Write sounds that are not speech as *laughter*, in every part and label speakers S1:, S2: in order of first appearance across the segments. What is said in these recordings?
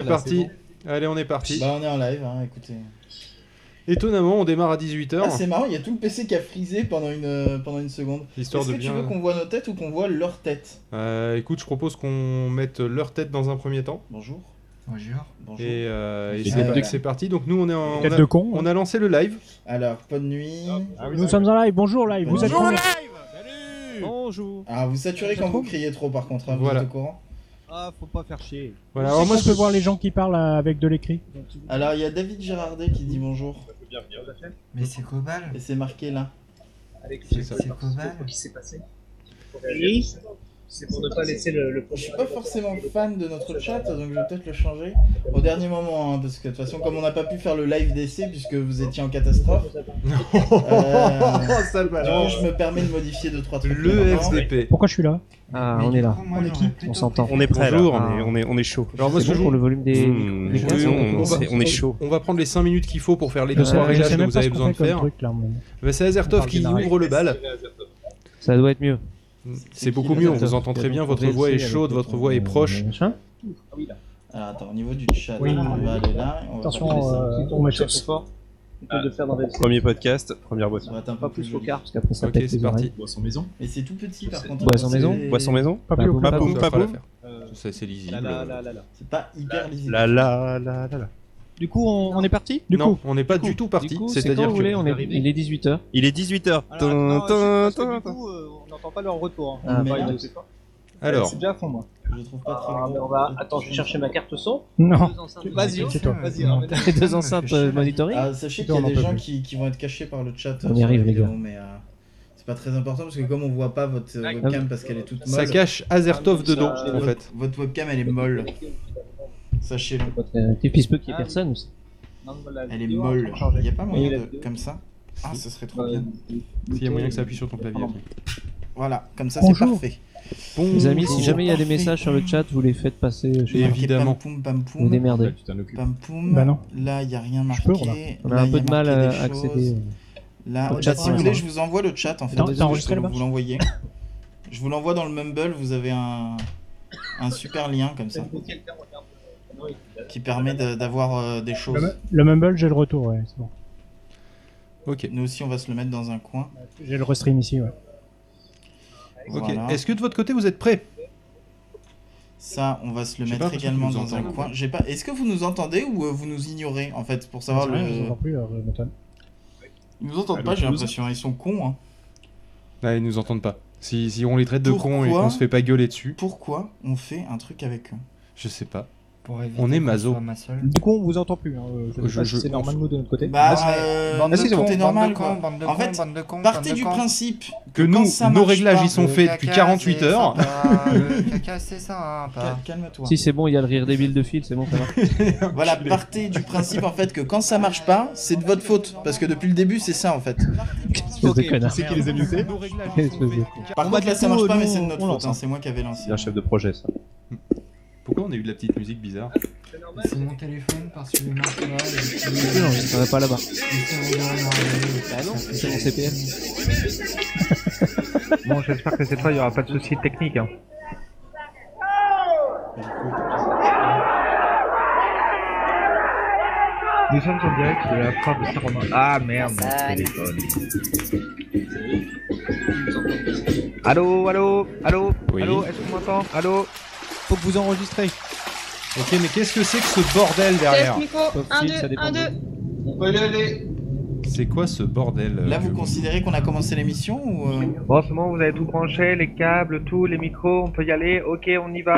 S1: C'est
S2: Là,
S1: parti.
S2: c'est
S1: Allez, on est parti.
S2: Bah, on est en live, hein, écoutez.
S1: Étonnamment, on démarre à 18h,
S2: Ah, c'est marrant, il y a tout le PC qui a frisé pendant une, euh, pendant une seconde.
S1: histoire
S2: Est-ce
S1: de
S2: que tu
S1: bien.
S2: veux qu'on voit nos têtes ou qu'on voit leur tête
S1: Euh, écoute, je propose qu'on mette leur tête dans un premier temps.
S2: Bonjour.
S3: Bonjour.
S2: Bonjour.
S1: Et, euh, et
S2: Les
S1: c'est
S2: têtes de-
S1: c'est parti. Donc, nous, on, est en- on,
S4: Tête
S1: a,
S4: de con.
S1: on a lancé le live.
S2: Alors, bonne nuit.
S4: Nous sommes en live. Bonjour live. Vous êtes
S2: Bonjour,
S4: con
S5: live Salut
S6: Bonjour.
S2: Ah, vous saturez quand vous
S4: Bonjour.
S2: criez trop, par contre, hein, vous
S1: Voilà.
S2: êtes au courant
S6: Ah, faut pas faire chier.
S1: Voilà,
S4: Alors moi je peux
S1: je-
S4: voir les gens qui parlent euh, avec de l'écrit.
S2: Alors, il y a David Girardet qui dit bonjour.
S3: Mais c'est Cobal
S2: Et c'est marqué là.
S1: C'est ça.
S3: C'est Cobal
S7: qui s'est passé Oui. C'est pour ne pas laisser le, le
S2: Je suis pas forcément fan de notre chat, donc je vais peut-être le changer au dernier moment, hein, parce que de toute façon, comme on n'a pas pu faire le live d'essai, puisque vous étiez
S1: *laughs*
S2: en catastrophe, euh,
S1: Oh, Sale
S2: du
S1: ballon.
S2: coup, je me permets de modifier deux trois trucs.
S1: Le
S2: maintenant.
S1: FDP.
S4: Pourquoi je suis là
S5: Ah,
S3: Mais
S5: on
S3: du
S5: est là.
S3: coup, moi,
S4: On est
S3: j'aurais
S4: qui
S3: plutôt
S5: On s'entend.
S3: préféré-
S8: On est prêt
S5: Bonjour,
S8: là,
S5: on
S8: on,
S5: est-
S8: est, on, est, on est chaud.
S1: Alors, moi,
S5: C'est
S1: ce
S5: bon
S1: que je
S5: pour le
S1: vous.
S5: volume des.
S8: Mmh,
S5: des
S8: oui,
S5: casques,
S8: on,
S1: on
S8: on-
S1: va-
S8: c'est- on est chaud.
S1: On va prendre les 5 minutes qu'il faut pour faire les deux trois
S4: Euh, je
S1: réglages
S4: sais
S1: que
S4: même
S1: vous
S4: pas
S1: avez
S4: ce qu'on
S1: besoin de
S4: fait comme
S1: faire.
S4: truc, là, mais-
S1: Bah, c'est Azertov
S4: On
S1: qui
S4: parle
S1: ouvre le bal.
S5: Ça doit être mieux.
S1: C'est beaucoup mieux, on vous entend très bien. Votre voix est
S4: Avec
S1: chaude,
S4: les-
S1: votre voix est proche.
S5: Machin
S2: Alors attends, au niveau du chat,
S4: Oui.
S2: on va aller là. On va hein. faire
S4: Attention,
S2: ça.
S4: euh,
S7: on
S4: on va
S7: trop fort. Plutôt de faire dans des...
S8: Premier podcast, première boisson.
S2: Ça va être un peu
S7: Pas
S2: plus
S7: plus
S2: joli.
S7: focard.
S5: Parce qu'après, ça
S1: Ok,
S5: pète
S1: c'est
S5: les
S1: parti.
S5: oreilles.
S7: Boisson maison.
S2: Mais c'est tout petit par contre. hein,
S5: Boisson
S2: C'est-
S5: maison
S8: Boisson maison
S4: Pas plus au
S5: Bah,
S4: plus.
S8: Papoum,
S1: Ça fera
S8: papoum.
S1: l'affaire.
S6: Euh,
S1: Ça, c'est lisible.
S6: là, là, là, là, là.
S2: C'est pas hyper lisible.
S8: La la la la la.
S6: Du coup, on, on est parti
S4: Du
S1: non,
S4: coup,
S1: on n'est pas
S6: du
S1: du
S6: coup,
S1: tout parti.
S6: Du coup, c'est quand
S1: C'est-à-dire
S6: vous
S1: que.
S6: voulez, on est arrivé. Il est 18h.
S8: Il est 18h.
S6: Alors, attends, c'est parce que du coup, euh, on n'entend pas leur retour. hein.
S2: Ah, mais
S6: Ouais,
S2: là,
S6: donc c'est pas-
S1: Alors.
S6: Je suis déjà à fond, moi.
S2: Je trouve pas très Euh,
S7: Ah,
S2: gros.
S7: mais on va... Attends, je vais chercher ma carte son.
S4: non.
S6: Vas-y,
S4: C'est toi.
S6: vas-y.
S4: Non.
S6: ramène-
S5: Les deux enceintes euh, monitoring
S2: Ah, sachez qu'il
S4: On
S2: y a
S4: en
S2: des
S4: peut
S2: gens
S4: plus.
S2: qui, qui vont être cachés par le chat.
S5: On
S2: euh,
S5: y
S2: sur
S5: arrive,
S2: la
S5: les
S2: vidéo,
S5: gars.
S2: Mais euh, c'est pas très important parce que comme on voit pas votre euh, webcam parce qu'elle est toute molle. euh,
S1: Ça cache
S2: Ah,
S1: Azertov
S7: Ça-
S1: dedans, en
S2: votre-
S1: fait.
S2: Votre webcam elle est molle. Sachez-le.
S5: T'es fils peu qu'il y ait
S6: Ah,
S5: personne. aussi.
S6: Non, voilà, la
S2: Elle est
S6: vidéo,
S2: molle.
S6: on va changer.
S2: Il y a pas moyen
S6: Oui, la
S2: de.
S6: vidéo.
S2: Comme ça Ah, ce serait trop
S6: Euh,
S2: bien.
S1: S'il y a moyen que ça appuie sur ton clavier.
S2: Voilà, comme ça c'est
S4: Bonjour.
S2: parfait.
S1: Bon,
S5: Les amis, si
S2: Bonjour,
S5: jamais il y a des
S2: parfait.
S5: messages sur le chat, vous les faites passer
S2: Il y
S5: chez
S2: a
S1: Et-
S5: moi.
S2: marqué
S1: Évidemment.
S2: Pam poum, pam poum.
S5: Vous démerdez.
S2: Pam poum.
S4: Bah non.
S2: Là, il n'y a rien
S4: Je
S2: marqué.
S4: peux,
S5: On a
S2: Là,
S5: un
S2: y
S5: peu de mal
S2: marqué
S5: à
S2: des choses.
S5: accéder.
S2: Là,
S5: Au
S2: bah,
S5: chat,
S2: si vous
S5: ouais.
S2: voulez, je vous envoie le chat en fait.
S4: hein. T'as-
S2: Désolé,
S4: t'as enregistré
S2: je
S4: le
S2: peux
S4: match
S2: vous l'envoyer. Je vous l'envoie dans le Mumble, vous avez un, un super lien comme ça qui permet de- d'avoir euh, des choses.
S4: Le mumble, j'ai le retour, ouais, c'est bon.
S1: Ok.
S2: Nous aussi, on va se le mettre dans un coin.
S4: J'ai le restream ici, ouais.
S1: Ok.
S2: Voilà.
S1: Est-ce que de votre côté vous êtes prêts
S2: Ça, on va se le
S1: J'ai pas
S2: mettre
S1: l'impression
S2: également
S1: que vous
S2: dans un
S1: entendez.
S2: coin. J'ai pas. Est-ce que vous nous entendez ou euh, vous nous ignorez en fait pour savoir
S4: C'est vrai, je vous
S2: le.
S4: entends plus, euh, je m'étonne.
S2: Ils nous entendent pas, j'ai l'impression. Ils sont cons. hein.
S1: Là, Bah, ils nous entendent pas. Si, si on les traite de cons et
S2: Pourquoi
S1: qu'on se fait pas gueuler dessus,
S2: Pourquoi on fait un truc avec eux
S1: je sais pas.
S3: Pour éviter
S1: On est
S3: qu'on
S1: maso.
S3: soit ma seule.
S6: Du coup, on vous entend plus. hein, euh, Je
S1: Je-
S6: sais pas
S1: je-
S6: si c'est normal nous de notre côté.
S2: Bah,
S6: Vas-y.
S2: euh,
S3: Bande de
S2: notre
S3: cons,
S2: côté
S3: bande de
S2: normal
S3: cons,
S2: quoi.
S3: bande de
S2: En
S3: cons,
S2: fait,
S3: bande de cons,
S2: Partez
S3: bande de
S2: du
S3: cons.
S2: principe
S1: Que
S2: Quand
S1: nous,
S2: ça
S1: nos
S2: marche
S1: réglages
S2: pas,
S1: ils sont
S3: Le
S1: faits depuis
S3: caca,
S1: 48
S3: c'est
S1: heures.
S3: sympa, Le caca, c'est sympa.
S2: Cal- Calme-toi.
S5: Si c'est bon, il y a le rire débile de Phil, c'est bon, ça
S4: *laughs*
S5: va.
S2: Voilà, partez du principe en fait que quand ça marche pas, c'est de votre faute. Parce que depuis le début, c'est ça en fait.
S5: Espèce de connard.
S1: C'est qui les a mutés Nos réglages ils sont
S5: Espèce de
S1: faits.
S5: con.
S2: Par
S6: On
S2: contre,
S6: va
S2: là
S6: du
S2: ça
S6: coup,
S2: marche pas,
S6: nous,
S2: mais c'est de notre
S6: on
S2: faute.
S6: lance,
S2: hein, C'est moi qui avais lancé.
S8: C'est un
S6: euh,
S8: chef de projet ça.
S1: *laughs* Pourquoi on a eu de la petite musique bizarre
S3: C'est mon téléphone parce que le marque mal.
S5: Non, je serai pas là-bas.
S3: Ah
S5: non, c'est mon CPF.
S9: Bon, j'espère que cette fois, il n'y aura pas de soucis techniques. Hein. Nous sommes en direct de la frappe de Saint-Romain. Ah merde, mon téléphone. Allô, allô, allô,
S1: Oui.
S9: allô, est-ce qu'on m'entend Allô
S6: Faut que vous enregistrez.
S1: Ok, mais qu'est-ce que c'est que ce bordel derrière
S10: Test micro,
S5: Sauf
S10: 1,
S5: Phil, ça
S10: 2,
S5: dépend
S10: 1,
S5: de
S10: 2.
S1: C'est quoi ce bordel euh,
S2: Là, vous
S1: que-
S2: considérez qu'on a commencé l'émission ou. euh,
S9: Bon, en ce moment, vous avez tout branché, les câbles, tout, les micros, on peut y aller. Ok, on y va.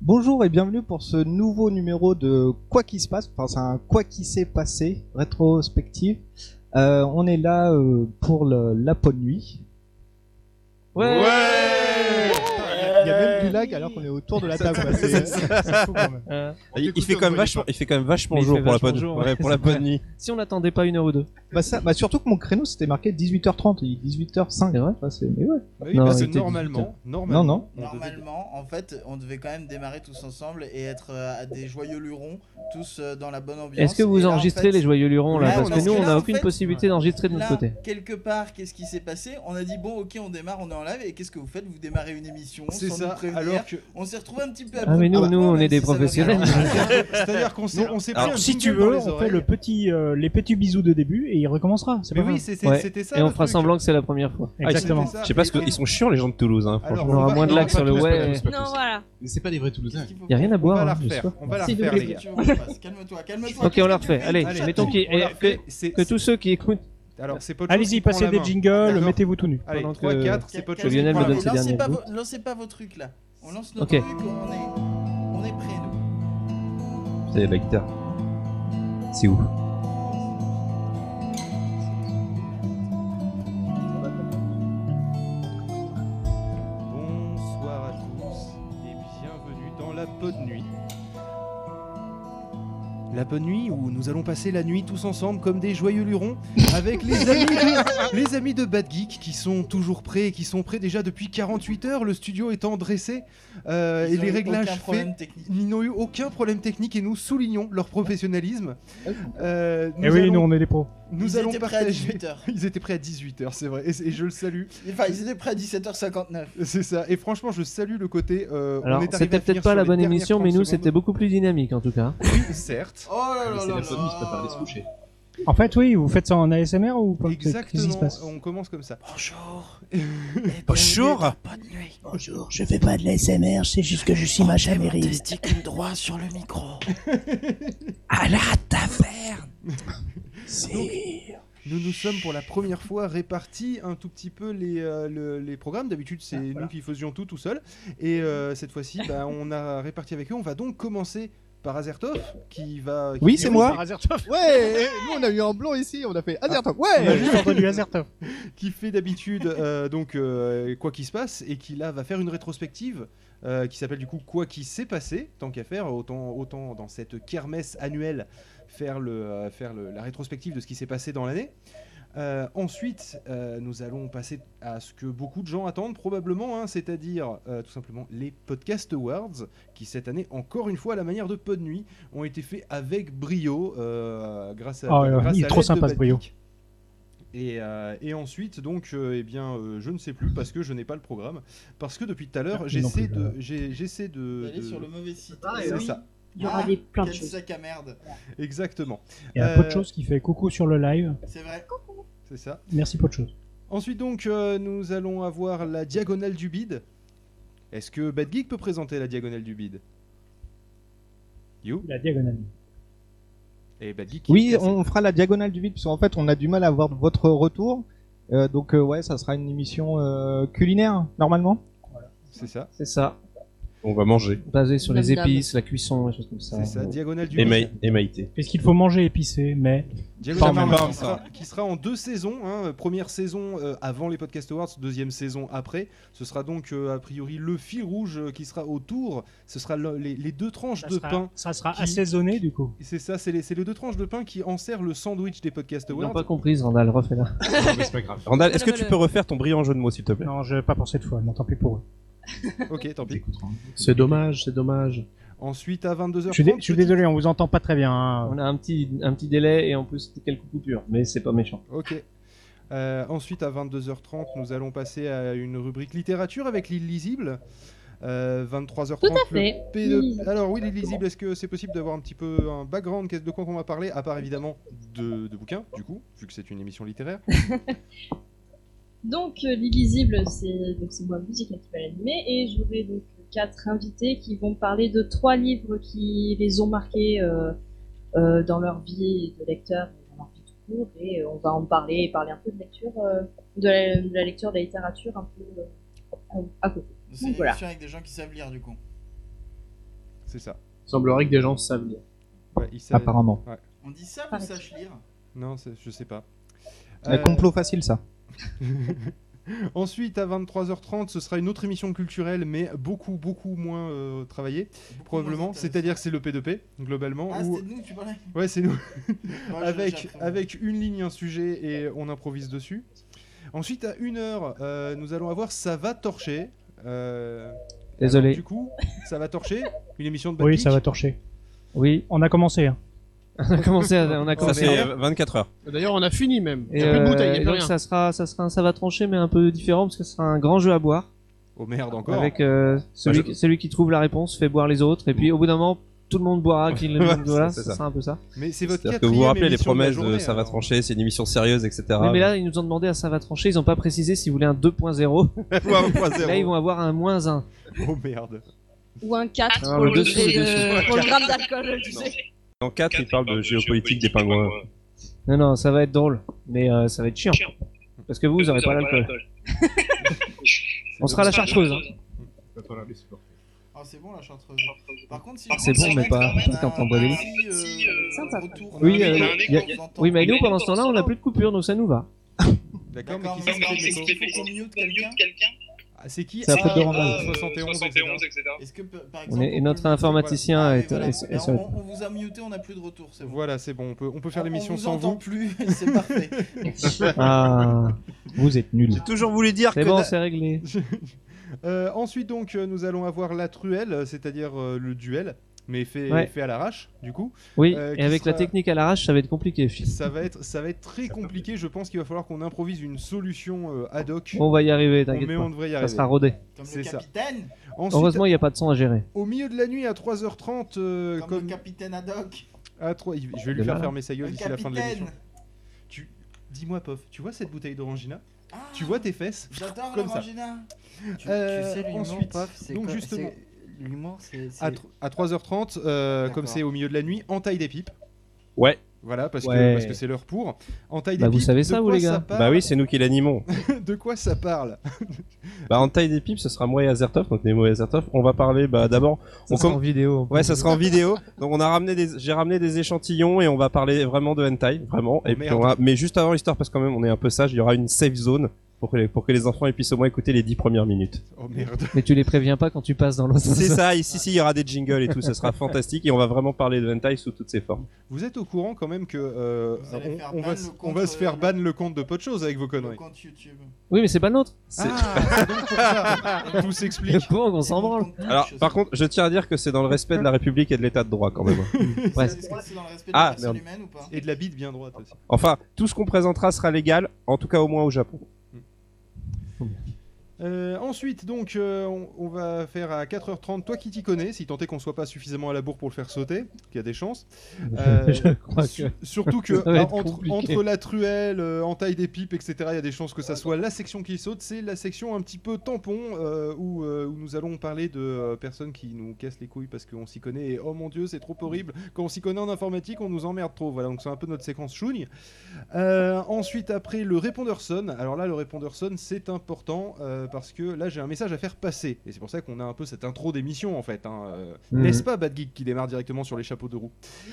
S6: Bonjour et bienvenue pour ce nouveau numéro de Quoi qui se passe, enfin c'est un Quoi qui s'est passé rétrospective. Euh, on est là euh, pour le, la peau de nuit. Il y a même du lag alors qu'on est autour de la table. quoi. C'est- c'est fou quand même.
S5: Euh,
S8: Il, il fait quand même vachement, il fait quand même vachement
S5: Mais il
S8: jour
S5: fait
S8: pour la
S5: vachement
S8: bonne,
S5: jour,
S8: ouais,
S5: ouais,
S8: pour la
S5: *laughs* c'est
S8: bonne
S5: vrai.
S8: nuit.
S5: Si on n'attendait pas une heure ou deux.
S7: Bah, ça, bah surtout que mon créneau c'était marqué 18h30, il est 18h05, ouais, bah, c'est- mais ouais.
S1: Bah oui,
S9: Non,
S1: parce que
S9: il était
S1: normalement, normalement,
S7: Non, non.
S1: on devait-
S2: Normalement, en fait, on devait quand même démarrer tous ensemble et être euh, à des joyeux lurons, tous euh, dans la bonne ambiance.
S9: Est-ce que vous
S2: Et là, en
S9: enregistrez
S2: fait,
S9: les joyeux lurons là
S2: là,
S9: Parce
S2: on
S9: que
S2: en-
S9: nous, on
S2: là,
S9: n'a
S2: en
S9: aucune
S2: fait,
S9: possibilité d'enregistrer de
S2: Là,
S9: notre côté.
S2: quelque part, qu'est-ce qui s'est passé On a dit bon, ok, on démarre, on est en live, et qu'est-ce que vous faites Vous démarrez une émission
S1: C'est
S2: sans
S1: ça,
S2: nous prévenir.
S1: alors que.
S2: On s'est retrouvé un petit peu.
S9: Ah, mais nous,
S2: abruptement,
S9: nous, on
S2: même
S9: est des
S2: si ça va
S9: professionnels.
S2: bien.
S1: C'est-à-dire qu'on s'est on s'est pris
S6: Alors,
S1: un
S11: Si tu
S1: jingle dans
S11: veux,
S1: les
S11: on
S1: oreilles.
S11: fait le petit, euh, les petits bisous de début et il recommencera. C'est
S1: Mais
S11: pas
S1: oui,
S11: grave.
S1: c'est-
S9: Ouais.
S1: c'est- c'était ça.
S9: Et on
S1: le
S9: fera
S1: truc.
S9: semblant que c'est la première fois.
S1: Ah, c'était
S11: Exactement.
S1: ça.
S6: Je sais pas ce que. Ils sont chiants les gens de Toulouse, hein,
S1: Alors,
S6: franchement.
S9: On aura
S1: va-
S9: moins de
S1: on va
S9: lacs sur
S1: pas
S9: le
S1: tous,
S9: ouais.
S1: pas tous, pas
S12: Non,
S1: tous.
S12: voilà.
S7: C'est pas des vrais Toulousains.
S2: Qu'est-ce qu'il faut
S9: Y a rien
S1: On
S9: à
S1: va
S9: boire.
S1: la
S9: hein,
S1: refaire.
S9: ce soir.
S1: On va la
S12: S'il vous
S1: refaire,
S12: plaît.
S1: les gars.
S2: Tu veux qu'on fasse Calme-toi, calme-toi.
S9: Ok, on la refait.
S2: Qu'est-ce que tu
S9: Allez,
S2: fais
S9: mettons
S2: Chaton
S9: qui-
S1: On la
S9: eh,
S1: refait. C'est-
S9: Que tous ceux qui écoutent,
S1: Alors, c'est Pocho qui
S11: Allez-y,
S1: prend
S11: passez
S1: la
S11: des
S1: main.
S11: jingles,
S1: D'accord.
S11: mettez-vous tout nu.
S1: Allez,
S9: Pendant que-
S1: 3, 4, c'est Pocho
S9: que
S1: qui
S9: Lionel
S1: prend
S9: me
S1: la
S9: donne
S1: main.
S9: ses
S2: Lancez
S9: derniers
S2: pas,
S9: mots.
S2: vos, lancez pas vos trucs là. On lance nos
S9: Ok.
S2: trucs, on est, on est prêts nous.
S6: C'est la guitare. C'est ouf.
S1: Oh Bonsoir à tous et bienvenue dans la bonne nuit. La bonne nuit où nous allons passer la nuit tous ensemble comme des joyeux lurons avec
S2: *laughs*
S1: les amis de, les amis de Bad Geek qui sont toujours prêts et qui sont prêts déjà depuis 48 heures, le studio étant dressé euh,
S2: Ils
S1: et
S2: ont
S1: les
S2: eu
S1: réglages
S2: aucun
S1: faits.
S2: problème technique.
S1: Ils n'ont eu aucun problème technique et nous soulignons leur professionnalisme. Euh,
S11: Et Eh oui,
S1: allons-
S11: nous, on est des pros.
S1: nous
S2: Ah ils
S1: allons
S2: étaient prêts à
S1: partager.
S2: 18h.
S1: Ils étaient prêts à 18h, c'est vrai, et- et je le salue.
S2: Enfin, ils étaient prêts à 17h59.
S1: C'est ça. Et franchement, je salue le côté. euh, on
S9: Alors,
S1: est arrivé à
S9: c'était peut-être
S1: finir
S9: pas
S1: sur
S9: la
S1: les
S9: bonne
S1: dernières
S9: émission, mais
S1: 30
S9: nous,
S1: secondes.
S9: c'était beaucoup plus dynamique en tout cas.
S1: Oui, certes.
S2: Oh là là
S6: C'est
S2: là
S6: la famille, c'est pas par les
S2: là.
S6: souches.
S11: En fait, oui, vous faites ça en ASMR ou pas Qu'est-ce qui se
S1: Exactement.
S11: passe
S1: On commence comme ça.
S2: Bonjour.
S6: Bonjour.
S2: Bonne nuit.
S13: Bonjour, je fais pas de l'ASMR, c'est juste que je suis ma chamérie.
S2: testicule droit sur le micro.
S13: *laughs* À la taverne
S1: *laughs* Nous nous sommes pour la première fois répartis un tout petit peu les, euh, le- les programmes. D'habitude, c'est nous qui faisions tout tout seul. Et euh, cette fois-ci, bah, on a réparti avec eux. On va donc commencer par Azertov, qui va. qui-
S7: Oui, c'est
S1: qui-
S7: moi.
S11: Azertov.
S7: Ouais, eh, nous on a eu un blanc ici, on a fait Azertov.
S11: On a
S7: Ouais.
S11: juste *laughs* entendu Azertov.
S1: Qui fait d'habitude euh, donc euh, quoi qu'il se passe et qui là va faire une rétrospective euh, qui s'appelle du coup quoi qui s'est passé. Tant qu'à faire, autant autant dans cette kermesse annuelle faire le euh, faire le- la rétrospective de ce qui s'est passé dans l'année. Euh, ensuite, euh, nous allons passer à ce que beaucoup de gens attendent probablement, hein, c'est-à-dire euh, tout simplement les Podcast Awards, qui cette année, encore une fois, à la manière de Pod Nuit, ont été faits avec brio euh, grâce à.
S11: Ah ouais,
S1: grâce
S11: il est
S1: à
S11: trop
S1: l'aide de
S11: sympa, ce
S1: Bad
S11: brio.
S1: Geek. Et, euh, et ensuite, donc, euh, eh bien, euh, je ne sais plus parce que je n'ai pas le programme. Parce que depuis tout à l'heure,
S11: Non
S1: j'essaie
S11: plus,
S1: de,
S11: euh.
S1: j'ai- j'essaie de,
S2: D'aller
S1: de-
S2: sur le mauvais site.
S14: Ah,
S1: c'est
S14: oui.
S1: ça,
S12: Il y aura
S2: Ah,
S12: des plein de
S2: Quel
S12: choses.
S2: sac à merde.
S1: exactement,
S11: Il y a
S1: Euh,
S11: Pocho qui fait coucou sur le live.
S2: C'est vrai.
S1: c'est ça.
S11: Merci Pocho.
S1: Ensuite, donc, euh, nous allons avoir la diagonale du bide. Est-ce que Bad Geek peut présenter la diagonale du bide You Eh,
S11: La diagonale.
S1: et Bad Geek.
S7: Oui,
S1: est cassé.
S7: on fera la diagonale du vide parce qu'en fait on a du mal à avoir votre retour. Euh, donc euh, ouais, ça sera une émission euh, culinaire normalement.
S1: c'est ça,
S9: C'est ça,
S6: On va manger.
S9: basé sur les
S12: Dame, dame.
S9: épices, la cuisson, les choses comme ça.
S1: c'est ça, diagonale du
S6: Et
S1: bide.
S6: Maï- et Maïté.
S11: Est-ce qu'il faut manger épicé Mais
S1: Diagonal
S7: Bam,
S1: Marvel,
S6: bam,
S1: qui, sera, qui sera en deux saisons. hein. Première saison euh, avant les Podcast Awards, deuxième saison après. Ce sera donc euh, a priori le fil rouge euh, qui sera autour. Ce sera le- les, les deux tranches
S11: ça
S1: de pain.
S11: sera, ça sera
S1: qui-
S11: assaisonné du coup.
S1: Et C'est ça, c'est les, c'est les deux tranches de pain qui enserrent le sandwich des Podcast
S9: Ils l'ont
S1: Awards.
S9: pas comprise, Randall, refais-la.
S6: Randall, est-ce que
S12: Voilà,
S6: tu
S12: voilà.
S6: peux refaire ton brillant jeu de mots, s'il te plaît
S11: Non, je, pas pour cette fois. Non, tant pis pour eux.
S1: Ok, tant pis.
S9: C'est dommage, c'est dommage.
S1: Ensuite à
S11: Je
S1: 22h30.
S11: suis, dé- je suis désolé, on vous entend pas très bien. hein.
S9: On a un petit, un petit délai et en plus quelques coupures, mais c'est pas méchant.
S1: Ok. Euh, ensuite, à 22h30, nous allons passer à une rubrique littérature avec l'illisible. Euh, 23h30.
S12: Tout à
S1: le
S12: fait.
S1: P2.
S12: Oui.
S1: E Alors oui, l'illisible, est-ce que c'est possible d'avoir un petit peu un background Qu'est-ce de quoi on va parler À part évidemment de, de bouquins, du coup, vu que c'est une émission littéraire.
S12: Donc, euh, l'illisible, c'est donc c'est moi, Musica, qui va l'animer, et j'aurai donc quatre invités qui vont parler de trois livres qui les ont marqués euh, euh, dans leur vie de lecteur, et dans leur vie tout court, et euh, on va en parler et parler un peu de lecture, euh, de, la, de la lecture, de la littérature un peu euh, à côté.
S2: C'est une
S12: Voilà.
S2: émission avec des gens qui savent lire du coup.
S1: C'est ça.
S9: Il semblerait que des gens savent lire.
S1: Ouais, il
S9: euh,
S1: savent-
S7: Apparemment.
S2: On dit ça ou
S12: Pareil.
S2: sache lire
S1: Non, c'est- je sais pas.
S7: Un
S1: Euh,
S7: complot facile ça.
S1: Ensuite, à 23h30, ce sera une autre émission culturelle, mais beaucoup, beaucoup moins euh, travaillée, probablement. C'est-à-dire que c'est le P2P, globalement.
S2: Ah,
S1: où-
S2: c'était de nous que tu parlais
S1: Ouais, c'est nous.
S2: Moi, je- hein.
S1: avec,
S2: j'apprends.
S1: avec une ligne, un sujet, et on improvise dessus. Ensuite, à 1h, nous allons avoir Ça va torcher. Euh,
S9: Désolé.
S1: alors, du coup, Ça va torcher, une émission de Bad
S11: Oui,
S1: Geek.
S11: ça va torcher.
S9: Oui.
S11: On a commencé. hein.
S9: On *laughs* a commencé, à- on a
S6: Ça,
S9: commencé.
S6: c'est 24 heures.
S15: D'ailleurs, on a fini même. Il
S9: Et,
S15: y a plus de
S9: euh,
S15: bouteille, il y a
S9: et
S15: plus
S9: donc
S15: rien.
S9: ça sera, ça sera un ça va trancher mais un peu différent parce que ce sera un grand jeu à boire.
S1: Oh merde, encore.
S9: Avec euh, celui,
S1: Bah, je-
S9: celui qui trouve la réponse fait boire les autres et puis au bout d'un moment tout le monde boira. Qui le
S6: Ouais,
S9: voilà,
S6: c'est
S9: ça,
S6: ça.
S9: sera un peu ça.
S1: Mais c'est votre
S6: C'est-à-dire que vous vous rappelez les
S1: émission de la
S6: promesses de,
S1: journée, hein.
S6: ça va
S1: alors.
S6: trancher, c'est une émission sérieuse, etc.
S9: Oui, mais là ils nous ont demandé à ça va trancher, ils ont pas précisé si vous voulez un *laughs* 2.0. là ils vont avoir un moins 1.
S1: Oh merde.
S12: Ou un 4
S9: Ah,
S12: pour
S9: le
S12: le
S9: dessous,
S12: degré
S9: le
S12: de-
S9: dessous.
S12: pour le gramme d'alcool, tu sais.
S6: Dans 4, il parle de géopolitique des pingouins.
S9: Non non, ça va être drôle, mais euh, ça va être chiant parce que vous vous aurez pas l'alcool. On sera à la chartreuse. hein.
S2: Ah, c'est bon la chartreuse. Par contre, si
S9: C'est bon, mais pas quand on boit des litres. Oui, euh, y a- y a- oui, mais nous pendant ce temps-là, on n'a plus de coupure, donc ça nous va.
S1: D'accord, mais
S2: D'accord,
S1: qui c'est
S2: mais
S1: qui fait le micro
S2: il faut qu'on mute quelqu'un.
S1: Ah, C'est qui
S9: C'est un peu de Romain.
S1: Ah, 71, etc.
S2: Est-ce que, par
S9: On
S2: exemple,
S9: est, et
S2: on
S9: notre
S2: peut-
S9: informaticien
S2: voilà. Ah,
S9: est,
S2: oui, voilà.
S9: est- est
S2: Ben,
S9: seul.
S2: on, on vous a muté, on n'a plus de retour, c'est bon.
S1: Voilà, c'est bon, on peut, on peut faire l'émission
S2: on vous
S1: sans
S2: entend
S1: vous.
S2: plus, *laughs*
S1: *laughs*
S2: c'est parfait.
S9: Ah, vous êtes nuls.
S6: J'ai toujours voulu dire
S9: C'est
S6: que
S9: bon,
S6: la-
S9: c'est réglé.
S1: Euh, ensuite, donc, euh, nous allons avoir la truelle, euh, c'est-à-dire euh, le duel, mais fait,
S9: Ouais.
S1: fait à l'arrache, du coup.
S9: Oui,
S1: Euh,
S9: et
S1: qui
S9: avec la
S1: sera-
S9: technique à l'arrache, ça va être compliqué.
S1: Ça va être, ça va être très compliqué. Je pense qu'il va falloir qu'on improvise une solution euh, ad hoc.
S9: On va y arriver, Oh, t'inquiète
S1: Mais
S9: pas.
S1: on devrait y
S9: Ça
S1: arriver.
S9: sera rodé.
S2: Comme
S1: C'est
S2: le
S1: ça. Euh,
S2: capitaine,
S1: Ensuite,
S9: Heureusement, il n'y a pas de son à gérer.
S1: au milieu de la nuit à 3h30, euh,
S2: comme,
S1: comme
S2: le capitaine Haddock.
S1: à trois- Ah, il- je vais
S9: Le
S1: lui faire
S9: malin.
S1: fermer sa gueule
S2: Le
S1: d'ici la fin de l'émission.
S2: capitaine.
S1: Tu, dis-moi, Pof, tu vois cette bouteille d'orangina
S2: Ah,
S1: Tu vois tes fesses
S2: J'adore
S1: Comme ça.
S2: l'orangina.
S3: Tu,
S1: Euh,
S3: tu sais, l'humour,
S1: ensuite,
S3: paf, c'est
S1: donc
S3: quoi-
S1: justement-
S3: c'est- L'humour, c'est. c'est-
S1: à, tr- à 3h30, euh, comme c'est au milieu de la nuit, en taille des pipes.
S6: Ouais.
S1: Voilà, parce que
S6: Ouais.
S1: parce que c'est l'heure pour. En taille des
S9: Bah, vous
S1: pipes.
S9: savez
S1: de
S9: ça, vous,
S1: quoi
S9: les gars
S1: parle-
S6: Bah oui, c'est nous qui l'animons.
S1: *laughs* de quoi ça parle
S6: Bah en taille des pipes, ce sera moi et Azertov, donc Nemo et Azertov. On va parler, bah d'abord, on
S9: sera
S6: com-
S9: en vidéo.
S6: Ouais, ça sera en vidéo. Donc on a ramené des, j'ai ramené des échantillons et on va parler vraiment de hentai, vraiment.
S1: Oh,
S6: et puis
S1: merde.
S6: on va- mais juste avant l'histoire, parce que quand même on est un peu sage, il y aura une safe zone pour que les, pour que les enfants ils puissent au moins écouter les 10 premières minutes.
S1: Oh merde.
S9: Mais tu les préviens pas quand tu passes dans l'autre
S6: C'est ça. Ici, si, il y aura des jingles et tout, ça sera fantastique et on va vraiment parler de hentai sous toutes ses formes.
S1: Vous êtes au courant quand même que euh,
S2: Vous allez
S1: on,
S2: faire
S1: on
S2: ban
S1: va, se-
S2: le
S1: on
S2: compte,
S1: va se faire
S2: euh,
S1: ban le compte de peu de choses avec vos
S2: Le
S1: conneries.
S2: compte YouTube.
S9: Oui, mais c'est pas le nôtre.
S6: C'est-
S1: Ah, donc pour ça,
S2: *laughs*
S1: tout s'explique.
S9: Bon, on s'en
S2: Et mon
S9: branle.
S2: compte Twitch
S6: Alors,
S2: aussi.
S6: par contre, je tiens à dire que c'est dans le respect de la République et de l'État de droit
S7: *laughs*
S6: quand même.
S2: Est-ce que-
S9: ouais.
S2: est-ce que c'est dans le respect de la
S6: Ah,
S2: personne
S6: merde.
S2: humaine ou pas
S1: Et de la bite bien droite aussi.
S6: Enfin, tout ce qu'on présentera sera légal, en tout cas au moins au Japon.
S1: Euh, ensuite, donc, euh, on, on va faire à 4h30, toi qui t'y connais, si tant est qu'on soit pas suffisamment à la bourre pour le faire sauter, qu'il y a
S11: *laughs*
S1: des chances. Euh,
S11: Je crois que.
S1: Sur- Surtout que
S11: *laughs* Ça va être
S1: ah, entre,
S11: compliqué.
S1: entre la truelle, euh, en taille des pipes, etc., il y a des chances que ça soit la section qui saute. C'est la section un petit peu tampon euh, où, euh, où nous allons parler de euh, personnes qui nous cassent les couilles parce qu'on s'y connaît. Et oh mon dieu, c'est trop horrible. Quand on s'y connaît en informatique, on nous emmerde trop. Voilà, donc c'est un peu notre séquence chougne. Euh, ensuite, après, le répondeur sonne. Alors là, le répondeur sonne, c'est important euh, parce que là, j'ai un message à faire passer. Et c'est pour ça qu'on a un peu cette intro d'émission en fait. hein, euh,
S9: Mhm.
S1: N'est-ce pas, Bad Geek qui démarre directement sur les chapeaux de roue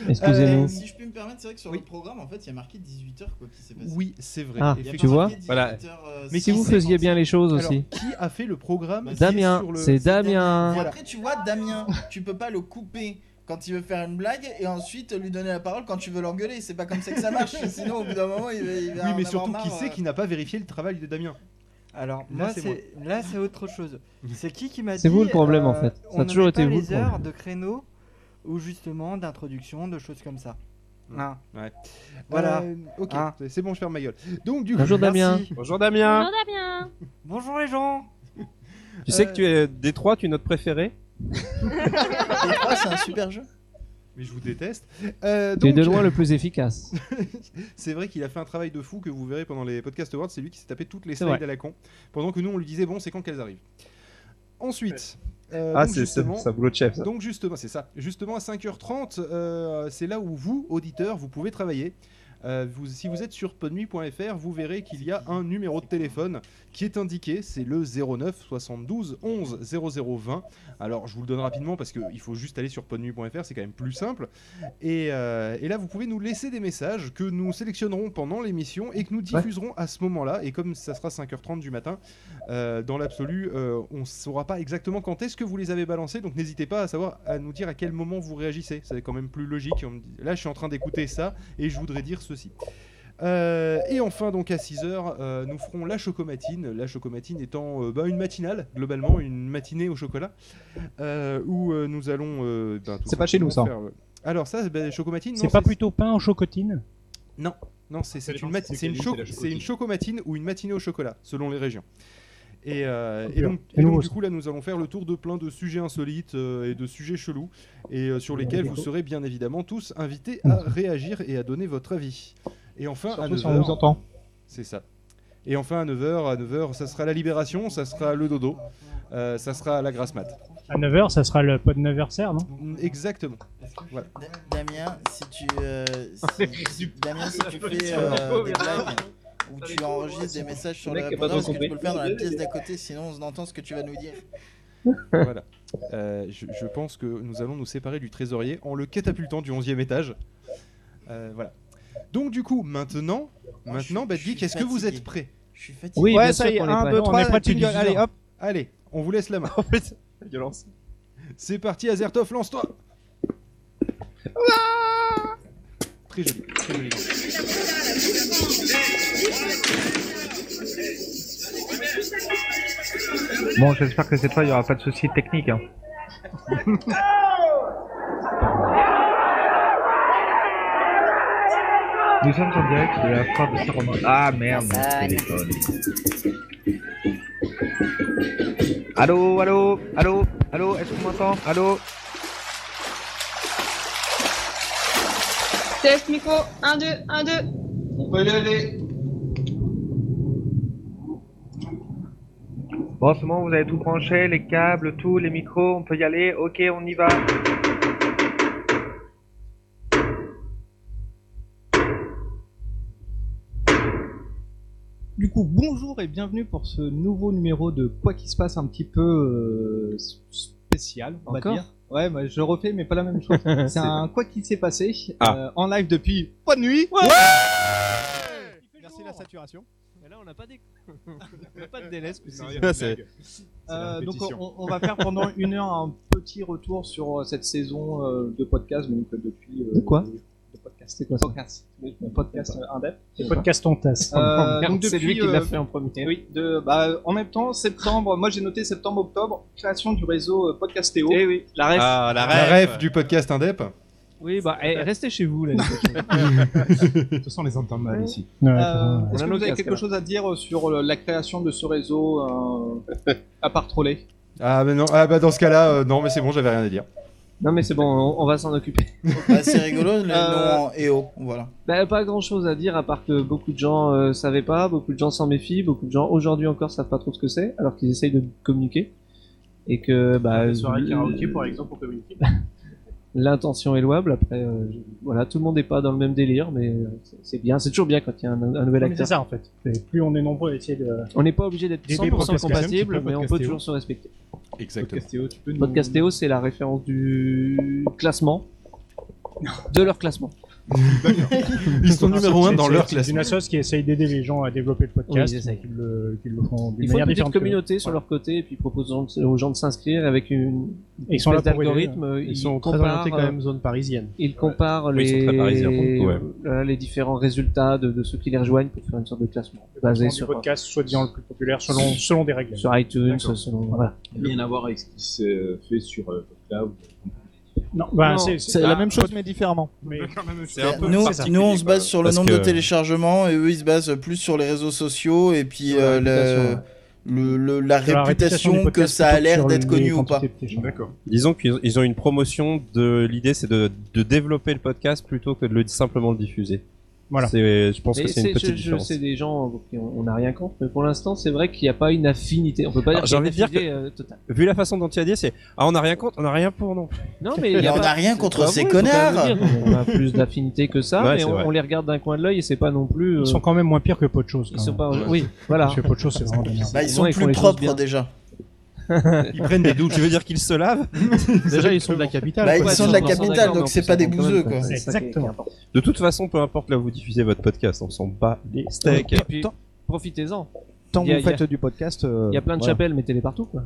S9: Excusez-nous.
S2: Euh, Si je peux me permettre, c'est vrai que sur
S1: Oui.
S2: le programme, en fait, il y a marqué 18h quoi qui s'est passé.
S1: Oui, c'est vrai.
S9: Ah,
S2: Il y a
S9: tu
S2: pas
S9: vois
S2: marqué
S6: Voilà.
S2: 18h,
S1: Mais
S9: Si vous
S2: 50.
S9: faisiez bien les choses
S1: Alors,
S9: aussi.
S1: qui a fait le programme
S2: Bah,
S1: qui est
S9: Damien,
S1: sur le-
S9: c'est Damien.
S2: Et après, tu vois, Damien, tu peux pas le couper quand il veut faire une blague et ensuite lui donner la parole quand tu veux l'engueuler. C'est pas comme ça que ça *laughs* marche. Sinon, au bout d'un moment, il va, il va
S1: Oui,
S2: en
S1: mais
S2: avoir
S1: surtout, qui
S2: marre,
S1: c'est
S2: euh.
S1: qui n'a pas vérifié le travail de Damien
S3: Alors,
S1: Là,
S3: moi,
S1: c'est
S3: c'est là, c'est autre chose. C'est qui qui m'a dit.
S9: C'est vous le problème, en
S3: euh,
S9: fait. Ça
S3: on
S9: a
S3: ne
S9: toujours
S3: met
S9: été
S3: pas
S9: vous le
S3: les heures
S9: problème.
S3: de créneau ou justement d'introduction, de choses comme ça.
S1: Mm.
S3: Hein.
S1: Ouais.
S3: Voilà.
S1: Euh, ok,
S3: Ah.
S1: c'est- c'est bon, je ferme ma gueule. Donc, du coup,
S9: Bonjour Damien.
S3: Merci.
S6: Bonjour Damien.
S12: Bonjour Damien
S3: Bonjour les gens.
S6: Tu sais que tu es des trois, tu es notre préféré.
S2: Et toi, Ah, c'est un super *laughs* jeu.
S1: mais je vous déteste. Euh,
S9: Tu es
S1: donc,
S9: de loin le plus efficace.
S1: c'est vrai qu'il a fait un travail de fou que vous verrez pendant les podcast awards. C'est lui qui s'est tapé toutes les
S9: C'est
S1: slides
S9: vrai.
S1: à la con. Pendant que nous, on lui disait, bon, c'est quand qu'elles arrivent. Ensuite, euh,
S6: Ah,
S1: donc,
S6: c'est ça,
S1: justement-
S6: ça boulot de chef. Ça.
S1: Donc justement, c'est ça. Justement à 5h30, euh, c'est là où vous, auditeurs, vous pouvez travailler. Euh, vous- si vous êtes sur podnuit.fr, vous verrez qu'il y a un numéro de téléphone qui est indiqué, c'est le 09 72 11 00 20. Alors je vous le donne rapidement parce qu'il faut juste aller sur podnuit.fr, c'est quand même plus simple. Et, euh, et là, vous pouvez nous laisser des messages que nous sélectionnerons pendant l'émission et que nous diffuserons à ce moment-là. Et comme ça sera 5h30 du matin, euh, dans l'absolu, euh, on ne saura pas exactement quand est-ce que vous les avez balancés. Donc n'hésitez pas à savoir à nous dire à quel moment vous réagissez. C'est quand même plus logique. On me dit- Là, je suis en train d'écouter ça et je voudrais dire ceci. Euh, et enfin, donc à 6h, nous ferons la chocomatine. La chocomatine étant euh, bah, une matinale, globalement, une matinée au chocolat, euh, où euh, nous allons. euh, ben, tout
S7: C'est pas chez nous, ça.
S1: simplement faire, euh, Alors, ça, ben, chocomatine, non,
S11: C'est pas plutôt pain aux chocotines
S1: non, non, c'est c'est une, mat- c'est une, cho- c'est une chocomatine ou une matinée au chocolat, selon les régions. Et, euh, et donc, et
S11: Et nous
S1: donc,
S11: aussi.
S1: du coup, là, nous allons faire le tour de plein de sujets insolites euh, et de sujets chelous, et euh, sur lesquels vous serez bien évidemment tous invités à réagir et à donner votre avis. Et enfin,
S9: Ah,
S1: à
S7: Surtout si
S1: 9h,
S7: on vous entend.
S1: c'est ça. Et enfin, à 9h, à 9h, ça sera la libération, ça sera le dodo, euh, ça sera la grasse mat.
S11: À 9h, ça sera le pot de 9h, non
S1: Exactement. Voilà.
S2: Damien, si tu, euh,
S1: *laughs*
S2: si, Damien, si tu fais euh, des blagues ou tu enregistres des messages sur
S9: Le
S2: le
S9: mec a pas
S2: répondeur, est-ce que tu
S9: compris.
S2: peux le faire dans la pièce d'à côté Sinon, on entend ce que tu vas nous dire.
S1: voilà. Euh, je, je pense que nous allons nous séparer du trésorier en le catapultant du 11e étage. Euh, voilà. Donc du coup, maintenant,
S2: Oh,
S1: maintenant, Bad Geek, est-ce que vous êtes prêts
S2: Je suis
S1: fatigué.
S7: Oui, Ouais, bien ça sûr y est, qu'on est un, prêts. deux, trois, jingle, allez, hop.
S1: Allez, on vous laisse la main. *laughs* en fait, violence. C'est parti, Azertov, lance-toi Ah Très joli, très joli.
S16: Bon, j'espère que cette fois, il n'y aura pas de soucis techniques. hein. Nous sommes en direct de la foire de Saint-Romain. Ah merde, mon téléphone. Allô, allô, allô, allô, est-ce qu'on m'entend Allô
S12: Test micro, 1, 2, 1, 2.
S16: On peut y aller. Bon, c'est bon, vous avez tout branché, les câbles, tout, les micros, on peut y aller. Ok, on y va.
S7: Du coup, bonjour et bienvenue pour ce nouveau numéro de Quoi qui se passe un petit peu euh, s- spécial, on
S9: Encore
S7: va dire. Ouais, bah, je refais, mais pas la même
S9: *laughs*
S7: chose. C'est
S9: C'est-
S7: un Quoi qui s'est passé euh,
S9: Ah.
S7: en live depuis pas de nuit.
S9: Merci la saturation. Mais là, on n'a pas, des... on n'a pas de délai.
S7: Non,
S9: c'est-
S7: y a pas de
S9: C'est-
S7: blague.
S9: c'est la
S7: Euh, donc
S9: répétition.
S7: on, on va faire pendant une heure un petit retour sur euh, cette saison euh, de podcast, donc euh, depuis... euh,
S11: De quoi
S7: de podcast, c'est quoi ça Podcast, Oui, le podcast euh, indep.
S11: Le podcast en tasse.
S9: Ah,
S7: Euh,
S11: Merde,
S7: donc
S11: c'est
S7: depuis,
S11: lui qui l'a
S7: euh,
S11: fait en
S9: premier.
S7: Oui, de, bah, euh, en même temps, septembre, moi j'ai noté septembre-octobre, création du réseau euh, Podcastéo. Eh oui, la ref.
S1: ref du podcast Indep.
S9: Oui, bah, eh, restez chez vous, là.
S15: De toute façon, on les entend mal ici.
S7: Euh,
S9: On
S7: Est-ce
S9: a
S7: que
S9: nos
S7: vous avez
S9: casques,
S7: quelque
S9: là.
S7: chose à dire euh, sur euh, la création de ce réseau, euh, à part troller
S1: Ah, bah non, ah, bah dans ce cas-là, euh, non, mais c'est bon, j'avais rien à dire.
S9: Non, mais c'est bon, on, on va s'en occuper.
S2: Bah, c'est rigolo,
S9: *laughs*
S2: le
S9: Euh,
S2: nom en EO, voilà.
S9: Bah, pas grand chose à dire à part que beaucoup de gens euh, savaient pas, beaucoup de gens s'en méfient, beaucoup de gens aujourd'hui encore savent pas trop ce que c'est, alors qu'ils essayent de communiquer. Et que, bah.
S15: Les soirées
S9: euh,
S15: karaoké, par exemple, pour communiquer.
S9: L'intention est louable, après, euh, je- voilà, tout le monde n'est pas dans le même délire, mais euh, c'est- c'est bien, c'est toujours bien quand il y a un, un nouvel
S11: Ouais, mais
S9: acteur.
S11: C'est ça en fait. Et plus on est nombreux à essayer de.
S9: On n'est pas obligé d'être
S11: D'aider pour
S9: 100%
S11: Podcastéo,
S9: compatible,
S11: tu peux
S9: mais on peut
S11: Podcastéo.
S9: toujours se respecter.
S1: Exactement.
S15: Podcastéo, tu peux nous-
S9: Podcastéo, c'est la référence du classement, de leur classement.
S1: Ils sont numéro un dans leur
S11: C'est une
S1: classement.
S11: assoce qui essaye d'aider les gens à développer le podcast.
S9: Oui, ils essayent.
S11: Ils le, qu'ils le font d'une
S9: Il faut
S11: manière
S9: une petite
S11: différente. que-
S9: communauté sur leur côté et puis propose aux gens de- aux gens de s'inscrire avec une
S11: Ils sont là
S9: espèce
S11: pour aider,
S9: d'algorithme.
S11: hein.
S9: euh,
S11: Ils sont très
S9: comparent,
S11: orientés quand même
S9: euh,
S15: zone parisienne.
S9: Ils comparent
S15: Oui, ils sont
S9: les,
S15: très parisiens, pour le coup, ouais.
S9: voilà, les différents résultats de, de ceux qui les rejoignent pour faire une sorte de classement basé
S11: classement du
S9: sur euh,
S11: podcast soi-disant le plus populaire selon- selon des règles.
S9: Sur iTunes,
S11: D'accord.
S9: selon voilà.
S15: Rien à voir avec ce qui s'est fait sur euh, Cloud.
S11: Non, bah,
S15: Non,
S11: c'est
S15: c'est la même chose,
S7: mais différemment.
S11: Mais
S2: Ben, Nous,
S11: c'est ça.
S2: nous, on se base sur le
S15: Parce
S2: nombre de
S15: que-
S2: téléchargements et eux, ils se basent plus sur les réseaux sociaux et puis euh, le- le- le- la
S15: Sur la réputation
S2: réputation
S15: du
S2: que
S15: podcast
S2: ça a
S15: plutôt que
S2: l'air
S15: sur
S2: d'être
S15: les
S2: connu ou pas.
S15: D'accord.
S6: Disons qu'ils ils ont une promotion de l'idée, c'est de, de développer le podcast plutôt que de le, simplement le diffuser.
S11: Voilà.
S6: C'est- je pense
S9: Mais
S6: que c'est une
S9: c'est-
S6: petite
S9: je- je
S6: différence.
S9: sais des gens pour qui on on n'a rien contre, mais pour l'instant, c'est vrai qu'il n'y a pas une affinité. On peut pas
S6: Alors,
S9: dire
S6: Ah, J'ai
S9: qu'il y a
S6: envie de dire
S9: une
S6: que,
S9: affinité, euh, totale.
S6: vu la façon dont tu as dit, c'est ah on n'a rien contre, on n'a rien pour non plus.
S9: Non, mais il y a
S6: on
S9: pas-
S6: n'a
S9: c'est pas vrai, faut quand même le dire. On a plus d'affinité que ça,
S6: Ouais,
S9: mais
S6: c'est
S9: on,
S6: vrai.
S9: on les regarde d'un coin de l'œil et c'est pas non plus. euh,
S11: Ils sont quand même moins pires que Pot de choses.
S9: Ils sont pas. Oui, voilà.
S11: Parce que Pot de choses, c'est vraiment de la merde.
S9: Bah, ils sont plus propres, déjà.
S6: ils prennent des douches. Tu veux dire qu'ils se lavent
S9: Déjà, ils sont de la capitale.
S2: Bah, ils sont de la capitale, donc c'est pas des bouseux, quoi.
S6: De toute façon, peu importe là où vous diffusez votre podcast, on s'en bat les steaks.
S9: Et puis, Profitez-en.
S7: Tant
S9: Il y a-
S7: que vous
S9: il y a-
S7: faites du podcast. euh,
S9: Il y a plein de
S7: voilà.
S9: chapelles, mettez-les partout. Quoi.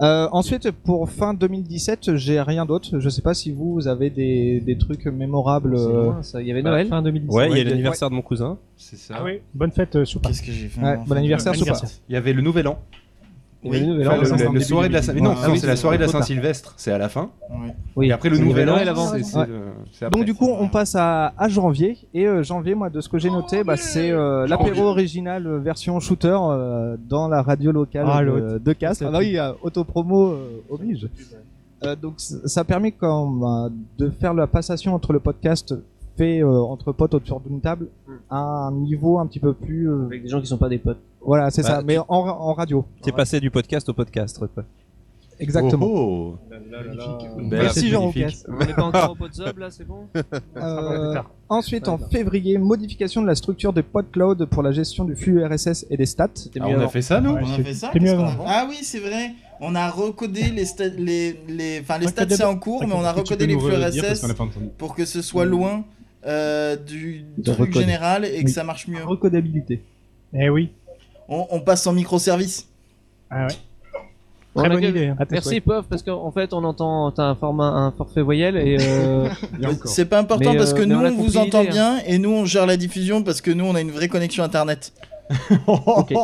S7: Euh, ensuite, pour fin 2017, j'ai rien d'autre. Je sais pas si vous avez des, des trucs mémorables.
S9: C'est
S7: euh,
S9: loin, ça. Il y avait
S4: Bah,
S9: Noël. Fin 2017.
S6: Ouais, il y
S7: Ouais,
S6: a
S7: bien-
S6: l'anniversaire de mon cousin.
S1: C'est ça.
S11: Ah oui, bonne fête, euh, Soupa.
S2: Qu'est-ce que j'ai fait
S7: Ouais, bon anniversaire, Soupa.
S1: Il y avait le Nouvel An.
S9: Il y avait le Nouvel An.
S1: Enfin,
S9: Le-
S1: le-
S9: le-
S1: le
S9: le
S1: soirée de la Saint-
S9: début
S1: non,
S9: du-
S1: non,
S9: Ah oui,
S1: c'est la
S9: c'est
S1: soirée de la
S9: trop tard.
S1: Saint-Sylvestre, c'est à la fin.
S9: Oui.
S1: Et après le
S9: Il y avait
S1: Nouvel
S9: Noël
S1: An,
S9: avant.
S1: c'est- c'est
S7: Ouais.
S1: euh, c'est après.
S7: Donc du coup, on passe à, à janvier et euh, janvier, moi, de ce que j'ai noté, bah, c'est euh, l'apéro original euh, version shooter euh, dans la radio locale
S11: Ah,
S7: de,
S11: l'autre.
S7: de Castres. Ah bah oui, euh, autopromo euh, oblige. Euh, donc c- ça permet quand bah, de faire la passation entre le podcast fait euh, entre potes autour d'une table à un niveau un petit peu plus. euh,
S9: Avec des gens qui sont pas des potes.
S7: Voilà, c'est
S6: Bah,
S7: ça, mais en, en radio.
S6: T'es passé du podcast au podcast. quoi.
S7: Exactement.
S1: Oh, Bah,
S9: Là, là, là, là.
S6: Belle,
S7: Merci, Jean
S6: magnifique.
S9: On n'est pas encore au Podzob Oh, là, c'est bon
S7: Euh, ensuite, en février, modification de la structure des PodCloud pour la gestion du flux RSS et des stats.
S1: Ah, on a fait ça, nous
S2: On a fait ça
S11: T'es mieux
S2: qu'est-ce qu'on
S11: avant.
S2: a- Ah oui, c'est vrai. On a recodé les stats, les, les... Enfin, les
S11: T'inquiète,
S2: stats c'est en
S11: d'abord.
S2: cours, mais
S11: T'inquiète,
S2: on a
S11: est-ce que tu
S2: recodé
S11: peux
S2: les
S11: nous
S2: flux
S11: redire, parce qu'on
S2: RSS
S11: n'a pas entendu.
S2: pour que ce soit loin euh, du
S7: De
S2: truc
S7: recoder.
S2: général et que
S7: Oui.
S2: ça marche mieux.
S7: Recodabilité. Eh oui.
S2: On, on passe en microservice.
S11: Ah ouais.
S9: On
S11: Très
S9: a
S11: bonne
S9: gueule.
S11: idée. hein.
S9: Merci Pof, parce qu'en fait on entend t'as un format, un forfait voyelle et euh,
S2: C'est pas important
S9: Mais,
S2: parce
S9: euh,
S2: que
S9: mais
S2: nous
S9: on hein. a
S2: on vous
S9: compris
S2: entend
S9: l'idée,
S2: bien et nous on gère la diffusion parce que nous on a une vraie connexion internet.
S9: Ok.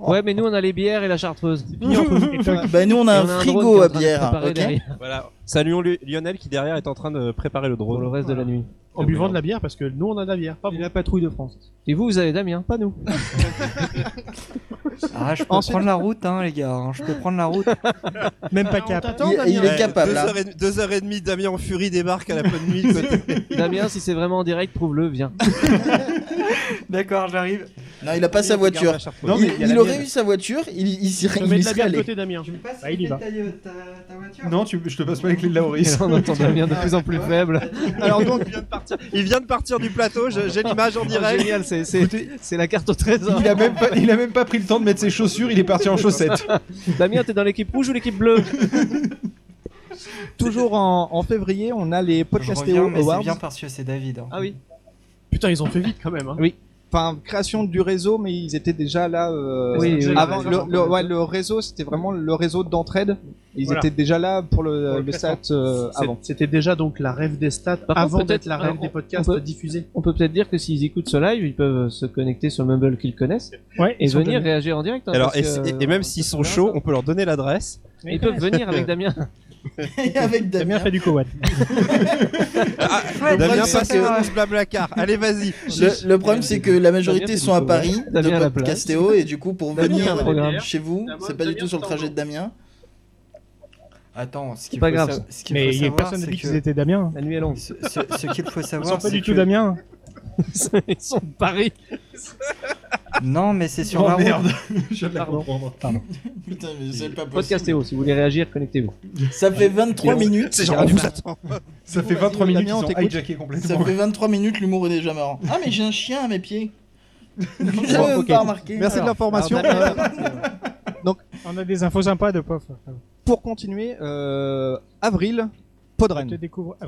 S9: Ouais, mais nous on a les bières et la chartreuse.
S2: Bah nous on a
S9: Ah. Et
S2: un
S9: drone
S2: frigo
S9: qui
S2: à
S9: est en train de
S2: bière.
S9: préparer
S2: ok
S9: derrière
S6: Voilà. Saluons Lu- Lionel qui derrière est en train de préparer le
S9: Pour le
S6: drone.
S9: reste de la nuit.
S17: En buvant de la bière, parce que nous on a de la bière. Pas vous.
S7: la patrouille de France.
S9: Et vous, vous avez Damien, pas nous.
S3: Ah, je peux
S7: Ensuite-
S3: prendre la route, hein, les gars. hein, Je peux prendre la route.
S11: Même pas
S17: on
S11: cap.
S17: t'attend,
S2: Il-
S17: Damien.
S2: il est capable,
S6: Deux
S2: hein.
S6: heures, et, deux heures et demie, Damien en furie débarque à la bonne nuit.
S2: *laughs*
S9: Damien, si c'est vraiment en direct, prouve-le, viens.
S3: D'accord, j'arrive.
S2: Non, il a pas sa voiture.
S1: Non, mais
S2: il
S1: il y a la
S2: il aurait
S1: mienne.
S2: eu sa voiture, il, il, s'y-
S17: Je
S2: il
S17: mets
S2: y
S17: de la
S2: serait
S17: bière à
S2: allé.
S17: côté, Damien.
S11: Bah, il y va.
S3: ta voiture
S1: *laughs* Non, tu- je te passe pas les clés de la
S9: Et
S1: Horis.
S9: là, *laughs* on entend Damien de plus en plus faible.
S6: Alors
S9: *laughs*
S6: donc, il vient de partir, il vient de partir du plateau, je- j'ai l'image en
S9: Ah,
S6: direct.
S9: génial, c'est- c'est c'est la carte au trésor.
S1: Il a, même pas, il a même pas pris le temps de mettre ses chaussures, il est parti en chaussettes.
S9: Damien, t'es dans l'équipe rouge ou l'équipe bleue
S7: Toujours en, en février, on a les
S3: Je
S7: Podcastéo
S3: reviens, mais c'est
S7: Awards.
S3: bien parce que c'est David. hein.
S9: Ah oui.
S17: Putain, ils ont fait vite quand même. hein.
S7: Oui. Enfin, création du réseau, mais ils étaient déjà là. euh,
S9: Oui, oui,
S7: avant
S9: oui.
S7: le, le- ouais, le réseau, c'était vraiment le réseau d'entraide. Ils
S17: Voilà.
S7: étaient déjà là pour le,
S17: Pour le
S7: le
S17: classement.
S7: stat euh,
S17: C'est-
S7: avant.
S17: C'était déjà donc la rêve des stats
S9: contre,
S17: avant
S9: peut-être-
S17: d'être la rêve
S9: on-
S17: des podcasts
S9: on peut-
S17: diffusés.
S9: On peut peut-être dire que s'ils écoutent ce live, ils peuvent se connecter sur le Mumble qu'ils connaissent
S11: Ouais,
S9: et
S11: ils sont
S9: venir
S11: donnés.
S9: réagir en direct. hein,
S6: Alors,
S9: parce
S6: et,
S9: que- euh,
S6: et- et même s'ils sont chauds, on peut leur donner l'adresse.
S9: Ils peuvent venir avec Damien.
S2: Et *laughs* avec
S11: Damien
S2: Damien.
S11: fait du coat.
S3: Ouais,
S6: Damien,
S3: parce que-
S6: passez l'annonce blablacar. Allez, vas-y.
S2: Le, le problème, c'est que la majorité
S9: Damien,
S2: sont à
S9: c'est
S2: Paris,
S9: beaucoup, hein. Damien à
S2: de
S9: la
S2: Podcastéo, et du coup, pour
S9: Damien,
S2: venir euh,
S9: un programme.
S2: chez vous,
S17: Damien,
S2: c'est pas du
S17: Damien,
S2: tout sur le
S17: c'est
S2: trajet
S17: en
S2: de Damien.
S3: Attends, ce qu'il
S9: pas
S3: faut
S9: grave,
S3: sa- ce qu'il
S11: Mais
S3: faut
S11: il y a
S3: savoir,
S11: personne
S3: c'est
S11: n'a dit qu'ils
S3: que-
S11: étaient Damien.
S9: *laughs* La nuit est longue.
S3: Ce, ce- ce qu'il faut
S11: Ils sont
S3: savoir,
S11: pas
S3: c'est
S11: du tout
S3: que-
S11: Damien.
S9: Ils sont de Paris.
S3: Non, mais c'est sur
S1: *laughs* Oh
S3: la route.
S1: merde, je viens de la
S9: Pardon.
S1: comprendre.
S2: Putain, mais c'est pas possible.
S9: Podcastéo, si vous voulez réagir, connectez-vous.
S2: Ça fait 23 minutes.
S6: C'est genre, on vous attend.
S1: Ça fait
S7: Vas-y,
S1: 23 minutes qu'ils
S7: Damien, on
S1: sont
S7: t'écoute.
S1: hijackés
S2: Ça
S1: complètement.
S2: fait 23 minutes, l'humour est déjà marrant. Ah, mais j'ai un chien à mes pieds. J'avais
S7: Bon,
S2: même
S7: ok.
S2: pas remarqué.
S7: Merci de
S2: Alors,
S7: l'information. Euh,
S11: On a des infos sympas de Pof.
S7: pour continuer, euh,
S11: Je
S7: avril,
S11: te
S7: Podren.
S11: découvre. Ah,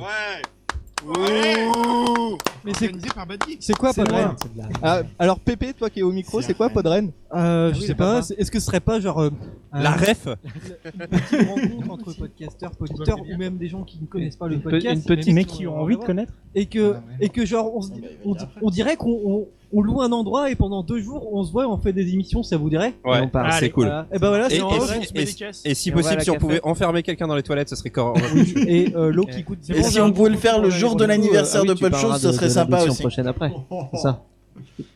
S7: Mais c'est
S17: Organisé par Buddy.
S7: c'est quoi
S1: C'est
S7: Podren
S1: loin.
S7: Ah, Alors Pépé, toi qui es au micro,
S3: C'est
S7: c'est quoi
S3: Arène.
S7: Podren
S18: Euh, je
S9: oui,
S18: sais
S9: le papa.
S18: pas, c'est- est-ce que ce serait pas genre euh,
S6: La
S18: un-
S6: ref.
S18: une
S7: *laughs*
S18: petite rencontre entre podcasteurs, auditeurs ou même des gens qui ne connaissent pas le
S9: Une pe-
S18: podcast
S9: une petite-
S11: Mais qui ont envie de connaître.
S18: et que
S7: Ah,
S18: et que genre on, se-
S2: Ouais, bah, il va
S18: on,
S2: dire après.
S18: on dirait qu'on on, on loue un endroit et pendant deux jours on se voit et on fait des émissions, ça vous dirait
S6: Ouais,
S9: Et
S7: Ah,
S9: on parle.
S6: c'est cool.
S18: Voilà. Et ben voilà,
S6: Et,
S18: c'est en
S6: et
S18: vrai.
S6: si, et- et si
S9: Et on va à
S6: possible,
S9: la
S6: si on
S9: cafette.
S6: pouvait enfermer quelqu'un dans les toilettes, ce serait corps.
S18: et euh, l'eau qui coûte
S9: C'est
S2: Et
S9: bon,
S2: si
S9: j'ai
S2: on
S9: un
S2: pouvait
S9: petit
S2: le faire
S9: problème
S2: le jour
S9: pour
S2: de
S9: nous.
S2: l'anniversaire
S9: Ah oui,
S2: de
S9: tu
S2: Pod Chose,
S9: parleras
S2: ce
S9: de-
S2: serait
S9: de
S2: sympa
S9: l'adoption
S2: aussi.
S9: prochaine après. C'est ça.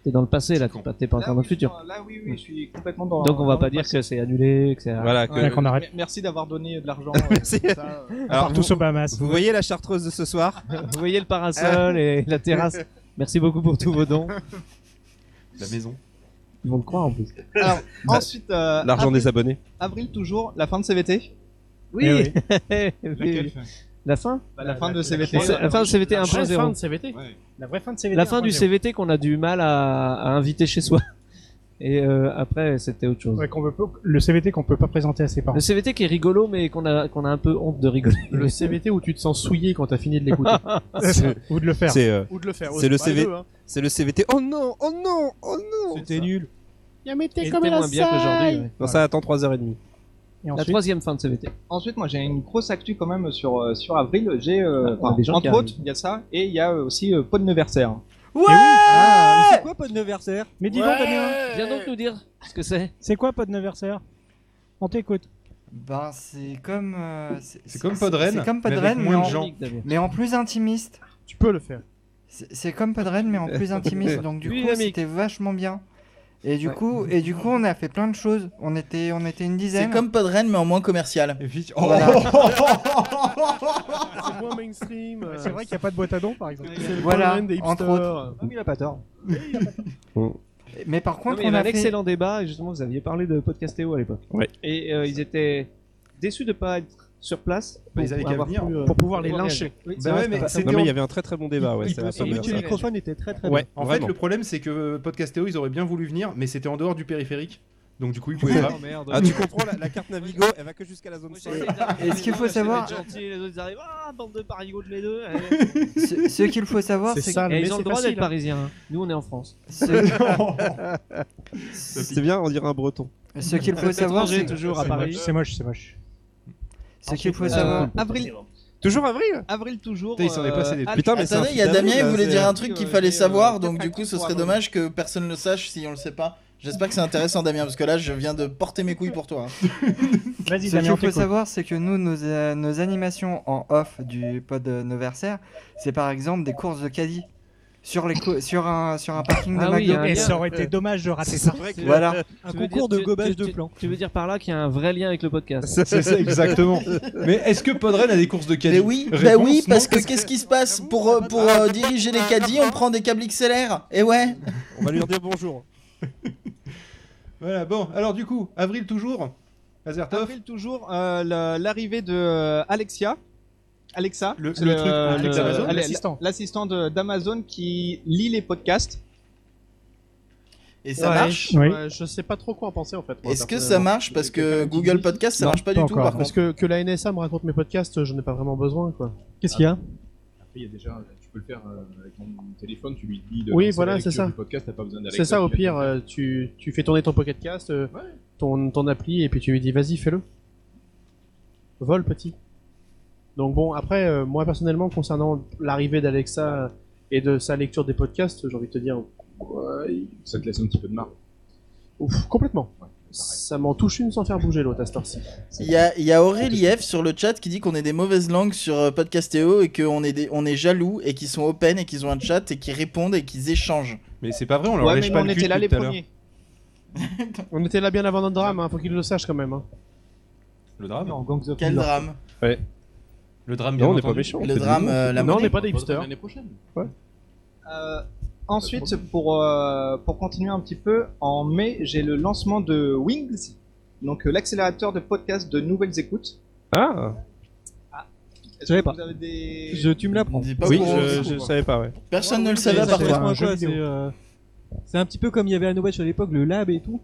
S9: T'es dans le passé là, t'es pas, t'es pas encore dans le futur.
S7: Là oui, oui, je suis complètement dans.
S9: Donc on va
S7: dans
S9: pas
S7: le
S9: dire
S7: passé.
S9: que c'est annulé, que c'est.
S6: Voilà.
S11: Faudrait
S6: Que...
S11: qu'on arrête.
S7: Mais- Merci d'avoir donné de
S9: *laughs*
S7: l'argent.
S6: *laughs* Merci.
S7: euh, ça, euh,
S6: Alors,
S11: Partout
S6: vous,
S11: aux Bahamas.
S6: vous voyez la chartreuse de ce soir
S9: Vous voyez le parasol et la terrasse. Merci beaucoup pour tous vos dons.
S1: La maison.
S19: Ils vont le croire en plus.
S7: Alors, *laughs* ensuite. euh,
S6: L'argent
S7: avril-
S6: des abonnés.
S7: Avril, toujours, la fin de CVT.
S9: Oui.
S7: Eh
S9: Eh
S7: oui.
S9: oui. *laughs* La fin
S7: Bah, la fin de CVT.
S9: La, fin de CVT 1.0.
S20: vraie fin de CVT.
S4: La vraie fin de
S9: La fin du CVT qu'on a du mal à, à inviter chez soi. *laughs* Et euh, après, c'était autre chose.
S4: qu'on veut pas- Le CVT qu'on peut pas présenter à ses parents.
S9: Le CVT qui est rigolo, mais qu'on a, qu'on a un peu honte de rigoler.
S20: Le CVT où tu te sens souillé quand t'as fini de
S9: *laughs*
S20: l'écouter.
S6: C'est-
S20: Ou de le faire.
S6: C'est euh,
S20: Ou de le faire,
S6: c'est
S20: ou
S6: le
S20: pas les
S4: Bah,
S6: CV.
S20: deux, hein.
S6: C'est le CVT. Oh non, oh non, oh non. C'était nul.
S20: Y'a mais
S7: Et
S20: t'es comme
S7: t'es
S20: la
S7: moins bien qu'aujourd'hui,
S20: saille
S7: ouais.
S6: Non, ça attend 3h30.
S7: ensuite
S9: troisième fin de CVT.
S7: Ensuite, moi j'ai une grosse actu quand même sur, euh, sur avril. J'ai, euh,
S9: Ah,
S7: enfin,
S9: des gens
S7: entre
S9: qui arrivent.
S7: autres, il y a ça et il y a euh, aussi euh, Paul Neuversaire.
S9: Ouais ah,
S7: C'est quoi Paul Neuversaire
S4: Mais dis donc, Damien,
S9: Viens
S20: Euh.
S9: donc nous dire ce que c'est.
S4: c'est quoi Podneversaire On t'écoute.
S3: Ben, c'est comme. euh,
S1: C'est comme Podren,
S3: C'est comme
S1: mais avec
S3: Podren, mais,
S1: moins de
S3: en,
S1: gens.
S3: mais en plus intimiste.
S20: Tu peux le faire.
S3: C'est c'est comme Podren, mais en plus intimiste. Donc, du coup,
S9: Dynamique.
S3: c'était vachement bien. Et du, coup, et du coup, on a fait plein de choses. On était, on était une dizaine.
S2: C'est comme Podren, mais en moins commercial.
S1: Oh. *laughs*
S3: Voilà.
S1: Bah
S20: C'est moins mainstream. euh,
S4: C'est vrai qu'il n'y a pas de boîte à dons, par exemple.
S20: c'est le
S3: voilà,
S20: Paul Rand des
S3: entre
S20: hipsters.
S3: autres.
S19: Ah
S7: Il a pas tort.
S3: Mais par
S9: Non,
S3: contre,
S9: mais il y
S3: on
S9: avait
S3: a
S9: un
S3: fait...
S9: excellent débat, et justement, vous aviez parlé de Podcastéo à l'époque.
S6: Ouais.
S9: Et euh, ils étaient déçus de pas être sur place
S1: Bah, ils avaient qu'à
S9: avoir
S1: venir.
S9: pu, euh,
S20: Pour pouvoir les lyncher.
S9: réagir. Oui,
S1: Bah
S9: c'est
S1: ouais,
S9: vrai,
S1: mais
S9: c'est pas
S1: c'était
S9: ça.
S6: Non mais
S1: en-
S6: il y avait un très très bon débat. Ouais,
S9: il-
S6: ça-
S9: il-
S6: ça
S9: il-
S6: me-
S9: le microphone était très, très
S6: Ouais,
S9: bien.
S1: En
S6: vraiment.
S1: fait, le problème, c'est que Podcastéo, ils auraient bien voulu venir, mais c'était en dehors du périphérique. Donc, du coup, ils pouvaient *laughs* pas.
S9: merde.
S6: Ah, tu comprends, la, la carte Navigo, elle va que jusqu'à la zone 5.
S3: Et ce qu'il faut savoir-
S9: Les autres ils arrivent, ah, bande de parigots de mes deux.
S3: ce, ce qu'il faut savoir,
S9: *laughs*
S20: C'est
S3: Ah, c'est
S20: ça,
S3: que
S9: Et
S20: mais
S9: ils ont
S20: c'est
S9: le droit
S20: facile,
S9: d'être
S20: hein.
S9: parisiens. hein. Nous, on est en France.
S3: ce-
S6: C'est bien, on dirait un breton.
S3: ce qu'il faut savoir,
S9: étranger,
S3: c'est
S9: toujours à
S4: C'est moche,
S9: Paris.
S4: c'est moche, c'est moche.
S3: ce qu'il
S9: Ah,
S3: faut
S7: Euh,
S3: savoir.
S7: avril.
S6: Toujours avril
S7: Avril toujours.
S1: Putain, il s'en est passé des
S7: euh,
S6: Putain, mais c'est
S2: Attendez, il y a
S6: infidèle,
S2: Damien, il
S6: là,
S2: voulait
S6: c'est-
S2: dire un truc qu'il
S7: euh,
S2: fallait
S7: euh,
S2: savoir, donc
S7: quatre
S2: du coup, ce
S7: actus
S2: serait
S7: pour
S2: dommage que personne ne le sache si on le sait pas. J'espère que c'est intéressant, Damien, parce que là, je viens de porter mes couilles pour toi. hein.
S4: Vas-y,
S3: Ce
S4: Damien,
S3: qu'il faut
S4: t'écoutes.
S3: savoir, c'est que nous, nos, euh, nos animations en off du pod euh, Noversaire, c'est par exemple des courses de caddie sur, les cou- sur, un, sur un parking de
S9: Ah oui,
S11: Euh,
S3: McDo.
S9: un
S4: Et
S9: lien.
S4: ça aurait été dommage de rater ça.
S3: Voilà.
S9: Un
S7: concours de gobage de plans.
S9: Tu veux dire par là qu'il y a un vrai lien avec le podcast
S1: C'est ça, exactement. Mais est-ce que Podren a des courses de caddie
S2: Mais oui, bah
S1: Réponse,
S2: oui,
S1: non.
S2: parce que qu'est-ce qui se passe Pour, euh, pour euh, diriger les caddies, on prend des câbles XLR. Et ouais
S6: On va lui dire bonjour.
S1: Voilà, bon, alors du coup, avril toujours Azertov
S7: Avril toujours, euh, la- l'arrivée de euh, Alexia. Alexa,
S1: Le- le truc, le truc d'Amazon,
S7: allez,
S4: l'assistant.
S7: l'assistant de- d'Amazon qui lit les podcasts.
S2: Et ça
S20: Ouais,
S2: marche
S20: je-
S4: Oui.
S20: ouais, Je sais pas trop quoi en penser en fait. moi,
S2: Est-ce que ça
S20: personnellement.
S2: marche Parce que Google Podcast, ça
S4: Non,
S2: marche pas
S4: pas
S2: du tout,
S4: encore.
S2: par
S20: Parce
S2: contre.
S20: que, que la NSA me raconte mes podcasts, euh, j'en ai pas vraiment besoin quoi.
S4: Qu'est-ce qu'il y a
S21: Après, il y a déjà, tu peux le faire euh, avec ton téléphone, tu lui dis de
S20: Oui,
S21: lancer
S20: voilà,
S21: la lecture
S20: c'est ça.
S21: du podcast, t'as pas besoin d'Alexa
S20: C'est ça au
S21: qui va te
S20: pire,
S21: le faire.
S20: euh, tu, tu fais tourner ton podcast, euh,
S21: Ouais.
S20: ton, ton appli, et puis tu lui dis vas-y, fais-le. Vol petit. Donc bon, après, euh, moi personnellement, concernant l'arrivée d'Alexa et de sa lecture des podcasts, j'ai envie de te dire
S21: Ouais, ça te laisse un petit peu de marre.
S20: ouf, complètement.
S21: Ouais, pareil.
S20: Ça m'en touche une sans faire bouger l'autre à cette heure-ci.
S2: Il y a, il y a Aurélie F sur le chat qui dit qu'on est des mauvaises langues sur euh, Podcastéo et qu'on est, des- on est jaloux et qu'ils sont open et qu'ils ont un chat et qu'ils répondent et qu'ils échangent.
S1: Mais c'est pas vrai, on leur
S7: Ouais, mais
S1: lèche
S7: nous,
S1: pas
S7: on
S1: le cul
S7: était là
S1: depuis
S7: les
S1: tout à l'heure.
S7: premiers.
S20: On était là bien avant notre drame, hein, faut qu'il le sache quand même. hein.
S1: Le
S21: Ah,
S1: drame
S7: Non, Gangs of
S2: Quel
S7: New York.
S2: drame
S1: Le drame, bien
S6: Non, on n'est pas
S1: entendu.
S6: méchant.
S2: Le drame, euh, la
S20: non, on
S2: monnaie.
S20: n'est pas des hipsters.
S21: L'année prochaine.
S7: Euh, ensuite, pour, euh, pour continuer un petit peu, en mai, j'ai le lancement de Wings, donc euh, l'accélérateur de podcasts de nouvelles écoutes.
S6: Ah,
S7: Est-ce
S9: savais
S7: que
S9: pas.
S7: Vous avez des...
S9: Je, tu me l'apprends.
S2: Dis pas
S6: oui,
S2: au courant.
S6: je, je savais pas, ouais.
S2: Personne ne le savait à part
S4: c'est
S2: toi.
S4: un
S9: Moi,
S4: jeu
S9: quoi,
S4: vidéo.
S9: c'est, euh, C'est un petit peu comme il y avait à Nowatch à l'époque, le lab et tout.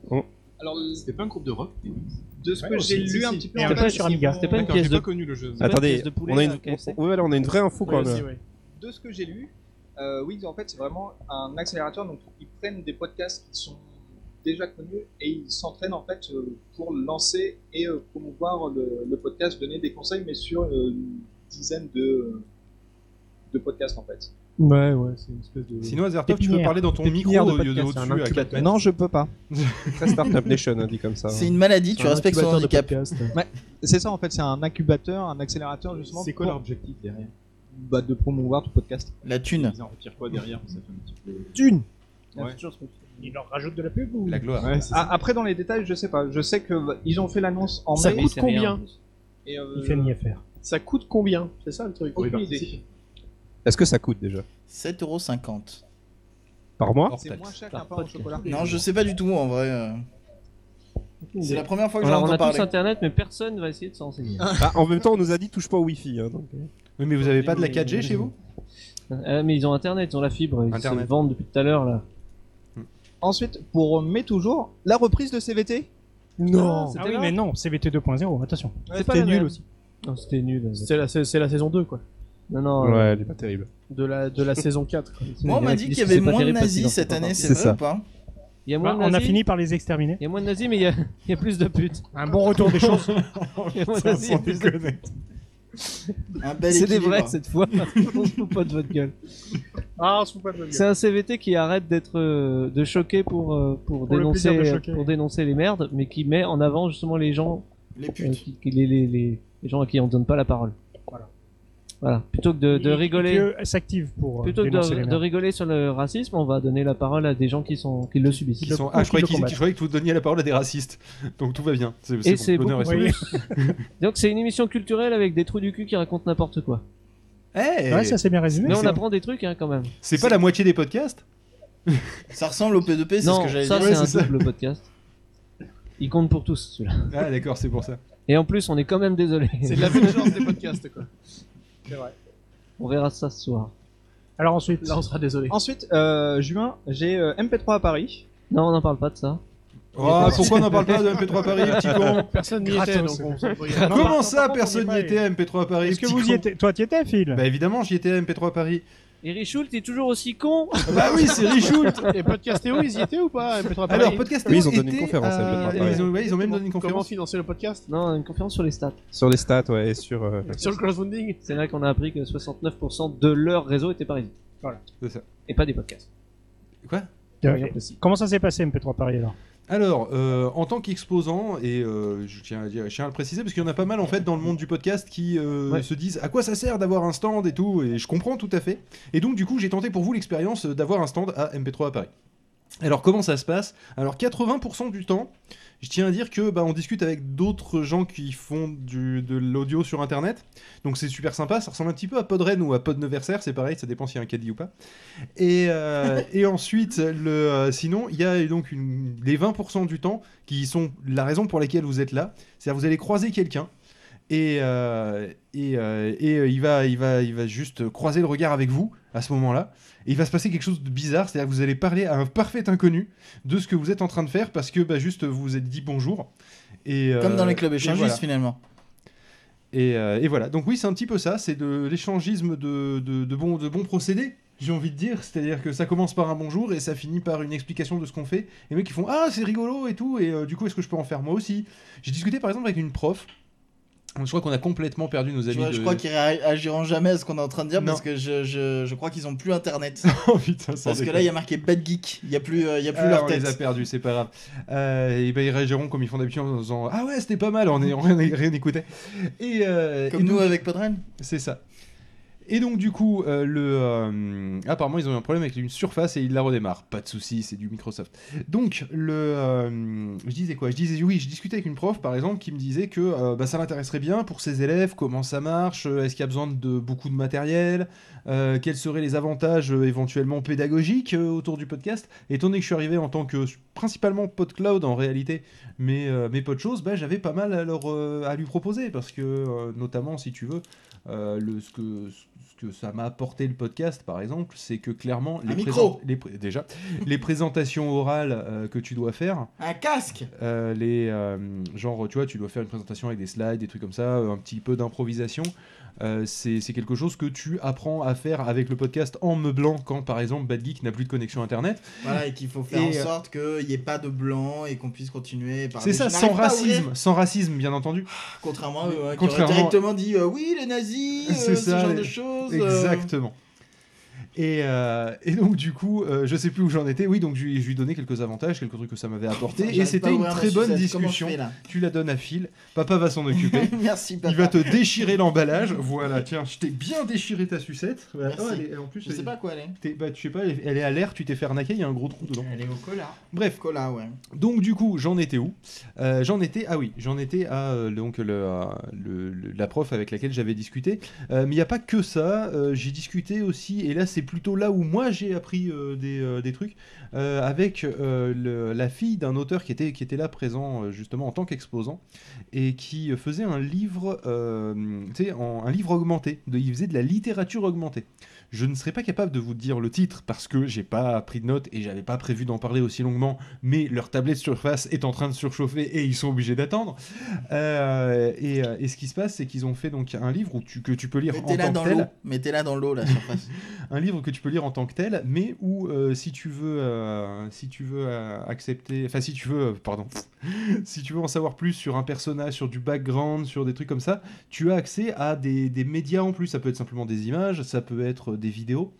S7: Alors,
S21: C'était pas un groupe de rock. les Wings
S7: de ce
S21: Ouais,
S7: que
S21: aussi,
S7: j'ai
S21: si,
S7: lu
S21: si,
S7: un
S21: si.
S7: petit peu
S4: Et
S7: en
S4: un
S7: fait,
S4: jeu sur Amiga.
S9: C'était pas une
S21: D'accord,
S9: pièce
S21: j'ai
S9: de. Ah,
S21: pas connu le jeu.
S9: pas une
S6: Attendez,
S9: pièce de poulet,
S6: on a une,
S9: euh, KFC.
S6: on- ouais, là, on a une vraie info
S20: Ouais,
S6: quand
S20: aussi,
S6: même.
S20: ouais.
S7: de ce que j'ai lu, euh, Wings en fait c'est vraiment un accélérateur. Donc ils prennent des podcasts qui sont déjà connus et ils s'entraînent en fait euh, pour lancer et euh, promouvoir le, le podcast, donner des conseils, mais sur euh, une dizaine de, de podcasts en fait.
S20: Ouais, ouais, c'est une espèce de.
S1: Sinon, Azertov, tu peux
S4: Pépinière.
S1: parler dans ton micro
S20: Pépinière de
S1: au lieu de
S20: podcast, c'est un
S1: au-dessus à 4 mètres.
S7: Non, je peux *laughs* pas.
S6: Très Startup Nation, hein, dit comme ça.
S2: C'est une maladie, tu respectes son handicap.
S7: C'est ça en fait, c'est un incubateur, un accélérateur justement.
S21: C'est quoi leur objectif derrière
S7: bah, de promouvoir ton podcast
S2: La thune.
S21: Ils en retirent quoi derrière Ça fait un petit peu.
S7: Dune.
S21: Ouais.
S4: Il leur rajoute de la pub ou
S1: La gloire.
S21: Ouais, c'est ça.
S7: Ah, après dans les détails, je sais pas. Je sais que bah, ils ont fait l'annonce en
S20: Ça
S7: mai.
S20: coûte
S9: c'est rien,
S20: combien
S9: en
S7: et,
S11: Ah,
S7: euh,
S4: Il fait ni faire.
S20: Ça coûte combien C'est ça le truc.
S21: Pour y
S7: Aucune
S21: participer.
S7: idée.
S6: Est-ce que ça coûte déjà
S2: 7,50€.
S6: Par *laughs* mois
S7: C'est moins cher qu'un pain au chocolat.
S2: Non, je sais pas du tout en vrai. euh. C'est la première fois que j'en
S9: Alors,
S2: entends
S9: On a
S2: parler.
S9: tous internet, mais personne va essayer de s'en renseigner.
S6: Ah, en même temps, on nous a dit touche pas au Wi-Fi. hein, donc, euh.
S1: Oui, mais vous avez pas de la 4G chez vous
S9: Euh, Mais ils ont internet, ils ont la fibre, ils
S6: Internet.
S9: se vendent depuis tout à l'heure là.
S7: Ensuite, pour mai toujours, la reprise de CVT.
S11: Non.
S7: c'était
S11: Ah oui,
S7: là
S11: mais non, CVT 2.0, attention.
S7: Ouais, C'était c'était nul même.
S17: aussi.
S9: Non, c'était nul.
S17: C'est la, c'est- c'est la saison 2, quoi.
S9: Non, non.
S6: Ouais,
S17: euh,
S6: elle est pas terrible.
S17: De la, de la saison 4. quoi.
S2: Moi, on m'a dit qu'il y avait moins de nazis cette année, c'est hein. vrai ou pas
S9: Il y a moins
S11: Bah,
S9: de
S11: on a
S9: nazis.
S11: fini par les exterminer.
S9: Il y a moins de nazis, mais il y a, *laughs* il y a plus
S2: *laughs*
S9: de putes.
S11: Un bon retour des choses.
S9: Il y a moins de nazis, il y a plus de putes.
S2: Un bel
S9: C'est des
S2: équilibre.
S9: vrais cette fois. *laughs* on se fout pas de votre gueule.
S17: Ah, on se fout pas de notre
S9: C'est un CVT qui arrête d'être euh, de choquer pour, euh, pour,
S17: Pour le
S9: dénoncer,
S17: plaisir de choquer.
S9: pour dénoncer les merdes, mais qui met en avant justement les gens,
S2: Les
S9: euh, qui- qui- les, les- les- les gens à qui on donne pas la parole. Voilà. Plutôt que de, de
S11: Et- et
S9: rigoler.
S11: qu'eux s'activent pour, euh,
S9: Plutôt que
S11: dénoncer les
S9: de, de
S11: merdes.
S9: rigoler sur le racisme, on va donner la parole à des gens qui sont qui le subissent.
S1: Qui sont- ah, je croyais, qu'ils- je croyais que vous donniez la parole à des racistes. *laughs* Donc tout va bien. C'est
S9: Et
S1: c'est
S9: c'est
S1: bon. L'honneur
S9: beaucoup
S1: est sauvé.
S9: plus- Donc c'est une émission culturelle avec des trous du cul qui racontent n'importe quoi.
S1: Eh
S11: Ouais, ça c'est bien résumé.
S9: Mais
S11: ça.
S9: on apprend des trucs hein, quand même.
S1: C'est pas la moitié des podcasts
S2: Ça ressemble au P2P, c'est ce
S9: Non,
S2: que j'avais dit.
S9: ça c'est un double podcast. Il compte pour tous celui-là.
S1: Ah d'accord, c'est pour ça.
S9: Et en plus, on est quand même désolé.
S17: C'est de la vengeance des podcasts, quoi. C'est vrai.
S9: on verra ça ce soir.
S11: Alors ensuite.
S17: Là, on sera désolé.
S7: Ensuite, euh, juin, j'ai euh, MP3 à Paris.
S9: Non, on n'en parle pas de ça.
S1: Oh, pourquoi on n'en parle pas de MP3 Paris, petit con
S17: Personne n'y
S11: Gratos.
S17: était, donc on s'en fout.
S11: Non,
S1: Comment
S11: par- par
S1: ça,
S11: contre, on
S1: personne
S11: y
S1: n'y
S11: est
S1: était à MP3 Paris
S11: Est-ce que
S1: petit
S11: vous y
S1: con
S11: étiez Toi, t'y étais, Phil
S1: Bah évidemment, j'y étais à MP3 Paris.
S9: Et Richoult est toujours aussi con.
S1: Bah oui, c'est Richoult
S17: Et Podcastéo, ils y étaient ou pas MP3 Paris
S1: Alors, podcast
S6: Oui, ils ont
S1: Théo
S6: donné une
S1: était
S6: conférence à
S1: à-
S6: MP3 Paris.
S1: Ils ont ouais, ils ont même donné une
S17: Comment
S1: conférence.
S17: financer le podcast
S9: *laughs* Non, une conférence sur les stats.
S6: Sur les stats, ouais, et sur. euh,
S17: Sur le crowdfunding
S9: C'est là qu'on a appris que 69% de leur réseau était parisien.
S17: Voilà.
S1: C'est ça.
S9: Et pas des podcasts.
S1: Quoi
S9: Ben,
S11: Euh, Comment ça s'est passé MP3 Paris alors
S1: Alors, euh, en tant qu'exposant, et euh, je, tiens à dire, je tiens à le préciser parce qu'il y en a pas mal en fait dans le monde du podcast qui euh,
S9: Ouais.
S1: se disent à quoi ça sert d'avoir un stand et tout, et je comprends tout à fait. Et donc, du coup, j'ai tenté pour vous l'expérience euh, d'avoir un stand à MP3 à Paris. Alors comment ça se passe Alors 80% du temps, je tiens à dire que bah, on discute avec d'autres gens qui font du, de l'audio sur internet. Donc c'est super sympa, ça ressemble un petit peu à Podren ou à Podneversaire, c'est pareil, ça dépend s'il y a un caddie ou pas. Et, euh, et ensuite, le, euh, sinon, il y a donc une- les 20% du temps qui sont la raison pour laquelle vous êtes là. C'est-à-dire vous allez croiser quelqu'un et, euh, et, euh, et, euh, il, va, il, va, il va juste croiser le regard avec vous à ce moment-là. Et il va se passer quelque chose de bizarre, c'est-à-dire que vous allez parler à un parfait inconnu de ce que vous êtes en train de faire parce que bah, juste vous vous êtes dit bonjour. Et, euh,
S2: Comme dans les clubs
S1: et
S2: échangistes
S1: voilà.
S2: finalement.
S1: Et, euh, et voilà, donc oui, c'est un petit peu ça, c'est de l'échangisme de, de, de bons de bons procédés, j'ai envie de dire. C'est-à-dire que ça commence par un bonjour et ça finit par une explication de ce qu'on fait. Et mecs qui font Ah, c'est rigolo et tout, et euh, du coup, est-ce que je peux en faire moi aussi J'ai discuté par exemple avec une prof. Je crois qu'on a complètement perdu nos
S2: Je,
S1: amis.
S2: vois-
S1: de...
S2: je
S1: *laughs*
S2: crois qu'ils réagiront jamais à ce qu'on est en train de dire
S1: Non.
S2: parce que je, je, je crois qu'ils ont
S1: *laughs*
S2: plus internet.
S1: oh putain, sans
S2: parce que
S1: déconner.
S2: là il y a marqué Bad Geek, il y a plus, euh, il y a plus
S1: Ah,
S2: leur
S1: on
S2: tête.
S1: les a perdus, c'est pas grave. Euh, et ben, ils réagiront comme ils font d'habitude en disant Ah ouais, c'était pas mal, on est, on rien rien écouté. Et, euh,
S2: Comme
S1: et
S2: nous
S1: donc-
S2: avec Podren.
S1: C'est ça. Et donc du coup, euh, le euh, apparemment ils ont eu un problème avec une surface et ils la redémarrent. Pas de souci, c'est du Microsoft. Donc le, euh, je disais quoi Je disais oui, je discutais avec une prof par exemple qui me disait que euh, bah, ça l'intéresserait bien pour ses élèves, comment ça marche, euh, est-ce qu'il y a besoin de beaucoup de matériel, euh, quels seraient les avantages euh, éventuellement pédagogiques euh, autour du podcast. Étant donné que je suis arrivé en tant que principalement PodCloud en réalité, mais euh, mes potes choses, bah, j'avais pas mal à, leur, euh, à lui proposer parce que euh, notamment si tu veux. Euh, le, ce, que, ce que ça m'a apporté le podcast, par exemple, c'est que clairement, les,
S2: micro.
S1: présent- les pré- déjà, les présentations orales euh, que tu dois faire,
S2: Un casque
S1: euh, les euh, genre tu vois tu dois faire une présentation avec des slides des trucs comme ça euh, un petit peu d'improvisation Euh, c'est c'est quelque chose que tu apprends à faire avec le podcast en meublant quand par exemple Bad Geek n'a plus de connexion internet
S2: Voilà, et qu'il faut faire
S1: Et,
S2: en
S1: euh,
S2: sorte qu'il n'y ait pas de blanc et qu'on puisse continuer par
S1: c'est ça sans racisme sans racisme bien entendu
S2: Contrairement à eux, hein, qui auraient
S1: Contrairement-
S2: directement dit euh, oui, les nazis, euh,
S1: C'est
S2: ce
S1: ça,
S2: genre
S1: les-
S2: de choses. euh.
S1: Exactement. Et, euh, et donc du coup, euh, je sais plus où j'en étais. Oui, donc je lui je lui ai donné quelques avantages, quelques trucs que ça m'avait apporté.
S2: Ah, Putain,
S1: et
S2: j'arrive pas
S1: c'était
S2: à
S1: une
S2: ouvrir ma
S1: très bonne
S2: sucette, comment je
S1: discussion. *laughs*
S2: fais, là
S1: Tu la donnes à Phil. Papa va s'en occuper.
S2: *laughs* Merci, papa.
S1: Il va te déchirer l'emballage. Voilà, tiens, je t'ai bien déchiré ta sucette. Voilà.
S2: Merci.
S1: Oh, elle est- en plus,
S2: Je sais
S1: elle-
S2: pas quoi elle est.
S1: t'es- bah, tu sais pas, elle est à l'air, tu t'es fait arnaquer, il y a un gros trou dedans.
S2: Elle est au cola.
S1: Bref.
S2: Cola, ouais.
S1: Donc du coup, j'en étais où Euh, J'en étais, ah oui, j'en étais à euh, donc le, à le- le- la prof avec laquelle j'avais discuté. Euh, mais il n'y a pas que ça. euh, J'ai discuté aussi, et là c'est c'est plutôt là où moi j'ai appris euh, des, euh, des trucs euh, avec euh, le- la fille d'un auteur qui était, qui était là présent euh, justement en tant qu'exposant et qui faisait un livre, euh, tu sais, en- un livre augmenté. De, il faisait de la littérature augmentée. Je ne serais pas capable de vous dire le titre parce que j'ai pas pris de notes et j'avais pas prévu d'en parler aussi longuement, mais leur tablette surface est en train de surchauffer et ils sont obligés d'attendre. Euh, et, euh, et ce qui se passe, c'est qu'ils ont fait donc un livre où tu, que tu peux lire en tant
S2: Mettez-la
S1: que
S2: dans
S1: tel
S2: l'eau. Mettez-la dans l'eau, la surface.
S1: un livre que tu peux lire en tant que tel, mais où euh, si tu veux, euh, si tu veux euh, accepter, enfin si tu veux, euh, pardon, *laughs* si tu veux en savoir plus sur un personnage, sur du background, sur des trucs comme ça, tu as accès à des, des médias en plus. Ça peut être simplement des images, ça peut être euh, des vidéos.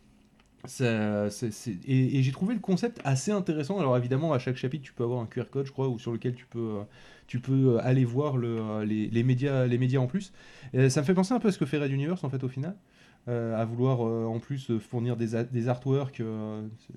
S1: Ça- c'est- c'est- Et, et j'ai trouvé le concept assez intéressant. Alors évidemment, à chaque chapitre, tu peux avoir un QR code, je crois, ou sur lequel tu peux, euh, tu peux euh, aller voir le, euh, les, les médias, les médias en plus. Euh, ça me fait penser un peu à ce que fait Red Universe en fait au final, euh, à vouloir euh, en plus euh, fournir des, a- des artworks. euh, c'est-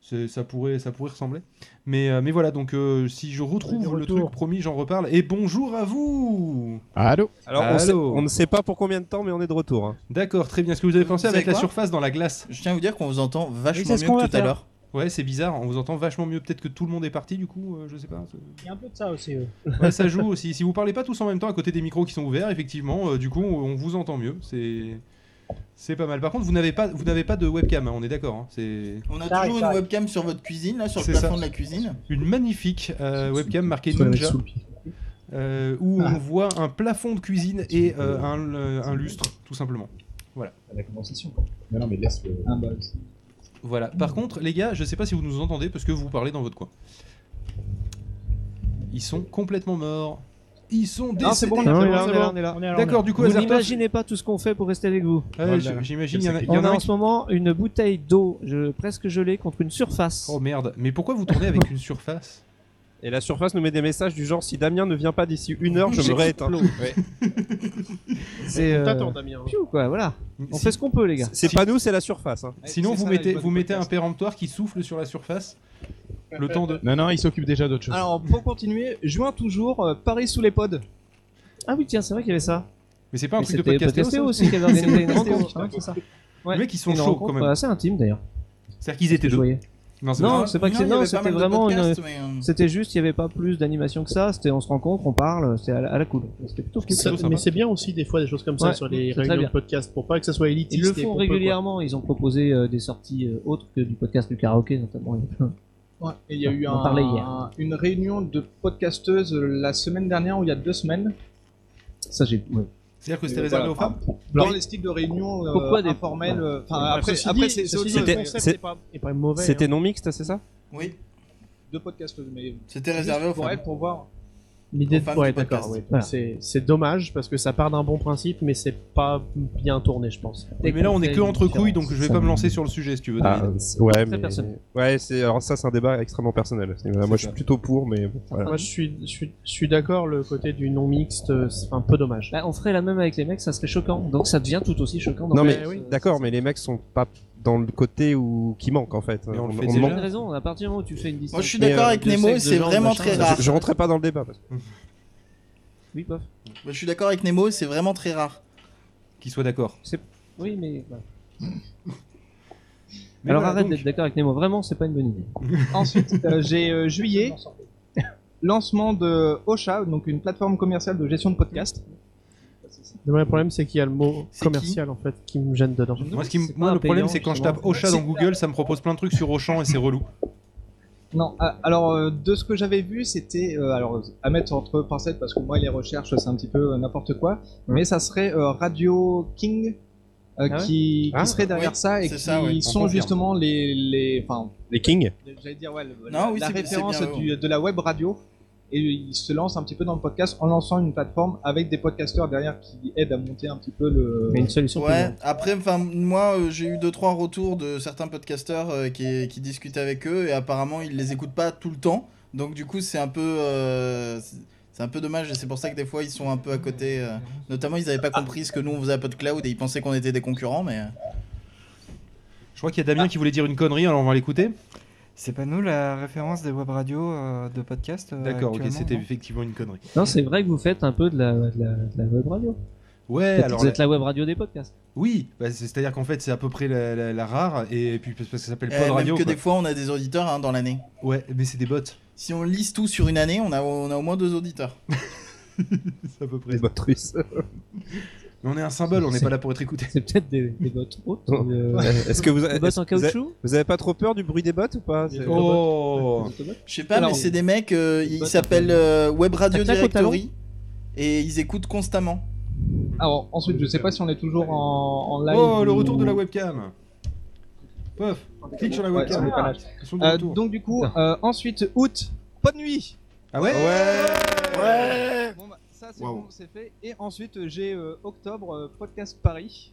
S1: c'est- ça pourrait, ça pourrait ressembler. Mais, euh, mais voilà, donc euh, si je retrouve le truc promis, j'en reparle. Et bonjour à vous
S6: Allô Alors, on, sait-
S1: Allô
S6: on ne sait pas pour combien de temps, mais on est de retour. hein.
S1: D'accord, très bien. Est-ce que vous avez pensé
S6: Vous
S1: avec
S6: savez
S1: la
S6: quoi
S1: surface dans la glace
S2: Je tiens à vous dire qu'on vous entend vachement
S1: c'est ce
S2: mieux
S1: qu'on
S2: que
S1: va
S2: tout à
S1: faire.
S2: l'heure.
S1: Ouais, c'est bizarre, on vous entend vachement mieux. Peut-être que tout le monde est parti du coup, euh, je sais pas. c'est-
S4: *laughs*
S22: Il y a un peu de ça aussi. ouais.
S1: Ouais, ça joue aussi. Si vous parlez pas tous en même temps à côté des micros qui sont ouverts, effectivement, euh, du coup, on vous entend mieux. C'est. C'est pas mal. Par contre, vous n'avez pas, vous n'avez pas de webcam, hein, on est d'accord. hein, c'est
S2: On a toujours une webcam sur votre cuisine, là, sur le
S1: C'est ça.
S2: plafond de la cuisine.
S1: une magnifique euh, webcam marquée
S2: sous la-
S1: Ninja,
S2: sous le
S1: euh, où on voit un plafond de cuisine et euh, un, euh, un lustre, tout simplement. Voilà.
S23: La condensation. Non, non, mais laisse le.
S1: Ah bah, Voilà. Par contre, les gars, je sais pas si vous nous entendez parce que vous parlez dans votre coin. Ils sont complètement morts. Ils sont décédés.
S9: Non, c'est bon, on est là,
S1: Ah oui, c'est
S9: on est là, on est là,
S1: bon.
S9: on est là. On est là,
S1: D'accord,
S9: on est
S1: du coup,
S9: là. vous Oh
S1: Azertov-
S9: n'imaginez pas tout ce qu'on fait pour rester avec vous.
S1: Ouais, Voilà. je- j'imagine, il y en a- il y en
S9: On
S1: a
S9: a
S1: un
S9: en
S1: qui-
S9: ce moment une bouteille d'eau je- presque gelée contre une surface.
S1: Oh merde, mais pourquoi vous tournez avec une surface
S6: Et la surface nous met des messages du genre si Damien ne vient pas d'ici une heure, je me hein. rééteins. Ouais.
S9: C'est,
S6: On
S9: euh,
S6: t'attend, Damien.
S9: piou, quoi, voilà. On
S1: Si-
S9: fait ce qu'on peut, les gars.
S6: C'est pas nous, c'est la surface. hein.
S1: Sinon, vous mettez, vous mettez un péremptoire qui souffle sur la surface. Le temps de.
S23: Non, non, il s'occupe déjà d'autre chose.
S24: Alors, pour continuer, juin toujours, euh, Paris sous les pods.
S9: Ah oui, tiens, c'est vrai qu'il y avait ça.
S1: Mais c'est pas un
S9: Mais
S1: truc de
S9: c'était
S1: podcast
S9: Podcastéo aussi qui avait
S1: *laughs*
S9: organisé une rencontre, hein, c'est ça.
S1: Les mecs, ils sont
S9: Une
S1: chauds quand
S9: rencontre,
S1: même.
S9: euh, assez intime d'ailleurs.
S1: C'est-à-dire qu'ils étaient
S9: Je
S1: deux.
S9: voyais.
S1: Non, c'est
S9: Non,
S1: pas-
S9: c'est pas que
S1: Non, il y
S9: c'est
S1: avait
S9: non,
S1: pas
S9: c'était
S1: mal de
S9: vraiment une-
S1: podcasts, mais, euh,
S9: C'était juste, il n'y avait pas plus d'animation que ça. C'était, on se rencontre, on parle, c'est à, la- à la cool. C'était plutôt
S4: Ça-
S9: plutôt sympa.
S4: mais c'est bien aussi des fois des choses comme ça
S9: Ouais,
S4: sur les
S9: c'est très
S4: réunions de
S9: bien.
S4: podcast pour pas que ça soit élitiste.
S9: Ils le
S4: et pour
S9: font
S4: peu, quoi.
S9: régulièrement. Ils ont proposé euh, des sorties euh, autres que du podcast du karaoké, notamment. Il y a plein.
S7: Ouais, et il y a eu
S9: On
S7: un-
S9: en parlait hier.
S7: un- une réunion de podcasteuses euh, la semaine dernière ou il y a deux semaines.
S9: Ça, j'ai. ouais.
S1: C'est-à-dire que
S7: Et
S1: c'était réservé aux
S7: voilà, Ah,
S1: femmes
S7: Dans les styles de réunion euh,
S9: Pourquoi des-
S7: informelles. euh, enfin,
S9: Ouais,
S7: après,
S9: ceci
S7: après
S9: dit-
S7: c'est
S9: ceci
S7: c'est autre
S9: dit,
S7: chose.
S9: le
S7: Le concept
S6: c'est-
S7: est pas- est pas mauvais,
S6: C'était
S7: hein.
S6: non mixte, c'est ça
S7: Oui. Deux podcasteuses, mais.
S2: C'était
S7: réservé aux femmes. pour voir.
S4: L'idée
S7: Aux femmes
S4: de... ouais,
S7: du podcast.
S4: d'accord, ouais.
S7: Voilà.
S4: c'est, c'est dommage parce que ça part d'un bon principe, mais c'est pas bien tourné, je pense.
S1: Oui, mais là, on est que entre couilles, donc je vais pas me lancer sur le sujet si tu veux.
S6: Ah,
S1: David.
S6: c'est- ouais, mais... ouais, c'est alors ça c'est un débat extrêmement personnel. C'est- Moi je suis plutôt pour, mais bon, voilà.
S4: Moi, je suis, je suis, je suis d'accord, le côté du non mixte, euh, c'est un peu dommage.
S9: Bah, on ferait la même avec les mecs, ça serait choquant. Donc ça devient tout aussi choquant. euh,
S6: Non
S9: dans le-
S6: mais d'accord, mais les mecs sont pas dans le côté où qui manque en fait.
S1: Mais on le fait
S9: Mais c'est
S6: manque-
S9: une raison. À partir du moment où tu fais une distance.
S2: Moi, je suis d'accord
S9: euh,
S2: avec
S9: de
S2: Nemo,
S9: sexe, de
S2: c'est
S9: genre,
S2: vraiment
S9: machin,
S2: très
S9: ça-
S2: rare.
S6: Je rentrais pas dans le débat. Parce... que-
S9: Oui, bof.
S2: Je suis d'accord avec Nemo, c'est vraiment très rare.
S1: Qu'ils soient d'accord.
S9: Oui, mais. bah.
S1: Mais
S9: Alors
S1: voilà,
S9: arrête
S1: donc.
S9: d'être d'accord avec Nemo. Vraiment, c'est pas une bonne idée.
S7: Ensuite, euh, j'ai euh, juillet, lancement de Ocha, donc une plateforme commerciale de gestion de podcasts.
S4: Le problème, c'est qu'il y a le mot commercial en fait qui me gêne dedans.
S1: Moi, ce qui m- moi, le problème, c'est quand je tape Ocha dans Google, ça me propose plein de trucs sur Auchan et c'est relou.
S7: Non, a- alors euh, de ce que j'avais vu, c'était euh, alors à mettre entre pincettes parce que moi les recherches c'est un petit peu euh, n'importe quoi, mais ça serait euh, Radio King euh,
S4: Ah ouais
S7: qui, qui
S4: Ah.
S7: serait derrière
S4: Oui,
S7: ça et
S4: c'est
S7: qui
S4: ça, oui, on
S7: sont
S4: confirme.
S7: justement les les enfin
S6: Les Kings
S7: j'allais dire ouais le-
S2: Non,
S7: la,
S2: oui,
S7: la
S2: c'est- c'est
S7: référence
S2: bien,
S7: du- de la web radio et ils se lancent un petit peu dans le podcast en lançant une plateforme avec des podcasteurs derrière qui aident à monter un petit peu le
S2: Ouais, après, enfin, moi, euh, j'ai eu deux trois retours de certains podcasteurs euh, qui, qui discutent avec eux et apparemment, ils les écoutent pas tout le temps. Donc, du coup, c'est un peu. euh, c'est- c'est un peu dommage et c'est pour ça que des fois ils sont un peu à côté. euh, Notamment, ils n'avaient pas compris ce que nous on faisait à PodCloud et ils pensaient qu'on était des concurrents, mais. euh,
S1: Je crois qu'il y a Damien qui voulait dire une connerie, alors on va l'écouter.
S3: C'est pas nous la référence des web radios euh, de podcast euh,
S1: D'accord, ok,
S3: actuellement,
S1: c'était
S3: non
S1: effectivement une connerie.
S9: Non, c'est vrai que vous faites un peu de la, de la, de la web radio.
S1: Ouais,
S9: Peut-être
S1: alors
S9: que vous êtes
S1: la-
S9: la web radio des podcasts.
S1: Oui, bah, c'est- c'est-à-dire qu'en fait, c'est à peu près la, la- la rare, et puis parce que ça s'appelle
S2: Eh,
S1: Pod
S2: même
S1: Radio.
S2: que
S1: quoi.
S2: des fois, on a des auditeurs hein, dans l'année.
S1: Ouais, mais c'est des bots. *laughs*
S2: Si on lise tout sur une année, on a, on a au moins deux auditeurs.
S1: c'est à peu près. Des bots Mais on est un symbole, on n'est pas là pour être
S9: *laughs*
S1: écouté.
S9: C'est peut-être des, bots
S6: *laughs*
S9: hautes.
S6: Est-ce que vous,
S9: Des
S6: est-ce-
S9: bottes en
S6: vous avez-
S9: caoutchouc
S6: vous avez pas trop peur du bruit des bottes ou pas C'est-
S1: Oh
S2: Je sais pas,
S6: Alors,
S2: mais c'est des mecs, euh,
S6: bah,
S2: ils
S6: ça
S2: s'appellent
S6: fait-
S2: euh, Web Radio
S25: Ça claque au talon
S2: Directory et ils écoutent constamment.
S25: Alors ensuite, je sais pas si on est toujours en, en live.
S1: Oh, le
S25: ou-
S1: retour de la webcam. Pof, clique sur la
S25: Ouais,
S1: webcam. Ah,
S25: on est pas là.
S1: Ils sont de
S25: Euh,
S1: retour.
S25: donc du coup, euh, ensuite août, pas de nuit.
S1: Ah ouais
S25: Ouais. Bon, bah, ça c'est
S6: Wow.
S25: bon, c'est fait. Et ensuite euh, j'ai euh, octobre euh, podcast Paris.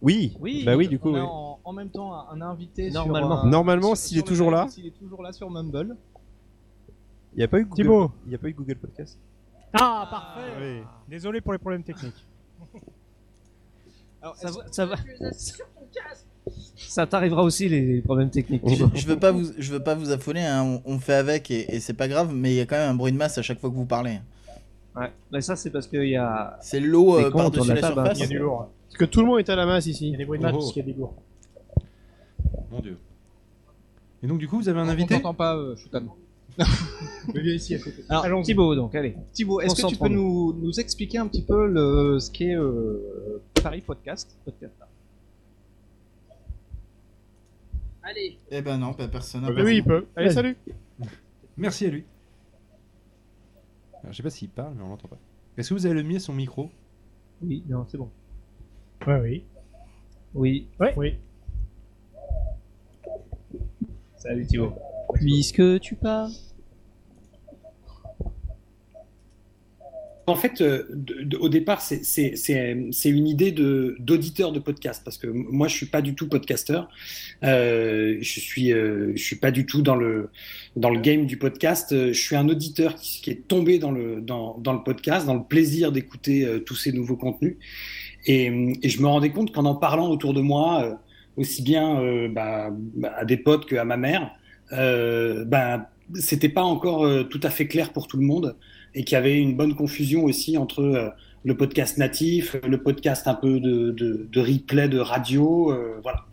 S6: Oui. Bah oui, du coup.
S25: On a
S6: oui.
S25: en, en même temps un, un invité.
S6: Normalement.
S25: sur, euh,
S6: Normalement,
S25: sur-
S6: s'il est
S25: sur le
S6: toujours
S25: live,
S6: là.
S25: S'il est toujours là sur Mumble.
S6: Il n'y a pas eu Google.
S11: Thibaut.
S6: Il y a pas eu Google Podcast.
S11: Ah, parfait. Désolé pour les problèmes techniques.
S25: Alors,
S11: ça va,
S9: Ça t'arrivera aussi les problèmes techniques. *laughs*
S2: Je, je veux pas vous, je veux pas vous affoler, hein, on, on fait avec et, et c'est pas grave, mais il y a quand même un bruit de masse à chaque fois que vous parlez.
S9: Ouais, mais ça c'est parce qu'il y a.
S2: C'est l'eau
S9: Des
S2: euh,
S9: cons autour de
S2: par-dessus la,
S9: la table, hein.
S2: surface.
S9: Il y a du lourd.
S17: Parce que tout le monde est à la masse ici. Il y a des bruits
S1: de match, parce qu'il
S17: y a des lourds.
S1: Mon dieu. Et donc, du coup, vous avez un
S25: On
S1: invité
S25: t'entend pas, euh, je suis *laughs* tellement.
S17: ici à côté.
S25: Alors
S9: Thibaut, donc, allez.
S25: Thibaut, est-ce que tu peux nous, nous expliquer un petit peu le, ce qu'est euh, Paris Podcast, Podcast
S12: Allez.
S2: Eh ben non, pas personne.
S17: Oui, oui, il peut. Allez,
S1: Ouais.
S17: salut.
S1: Merci à lui. Alors, je sais pas s'il parle, mais on l'entend pas. Est-ce que vous avez le mien son micro
S9: Oui, non, c'est bon.
S17: Ouais, oui.
S9: Oui.
S17: Ouais. Oui.
S9: Salut Thibaut. Puisque tu pars.
S4: En fait, euh, de- de- au départ, c'est- c'est c'est, euh, c'est une idée de- d'auditeur de, podcast, parce que m- moi, je suis pas du tout podcasteur. Euh, je suis, euh, je suis pas du tout dans le, dans le game du podcast. Euh, Je suis un auditeur qui, qui est tombé dans le, dans, dans le podcast, dans le plaisir d'écouter euh, tous ces nouveaux contenus. Et, euh, et je me rendais compte qu'en en parlant autour de moi, euh, aussi bien euh, bah, bah, à des potes qu'à ma mère, euh, ben, c'était pas encore euh, tout à fait clair pour tout le monde et qu'il y avait une bonne confusion aussi entre euh, le podcast natif, le podcast un peu de, de- de replay de radio, euh, voilà.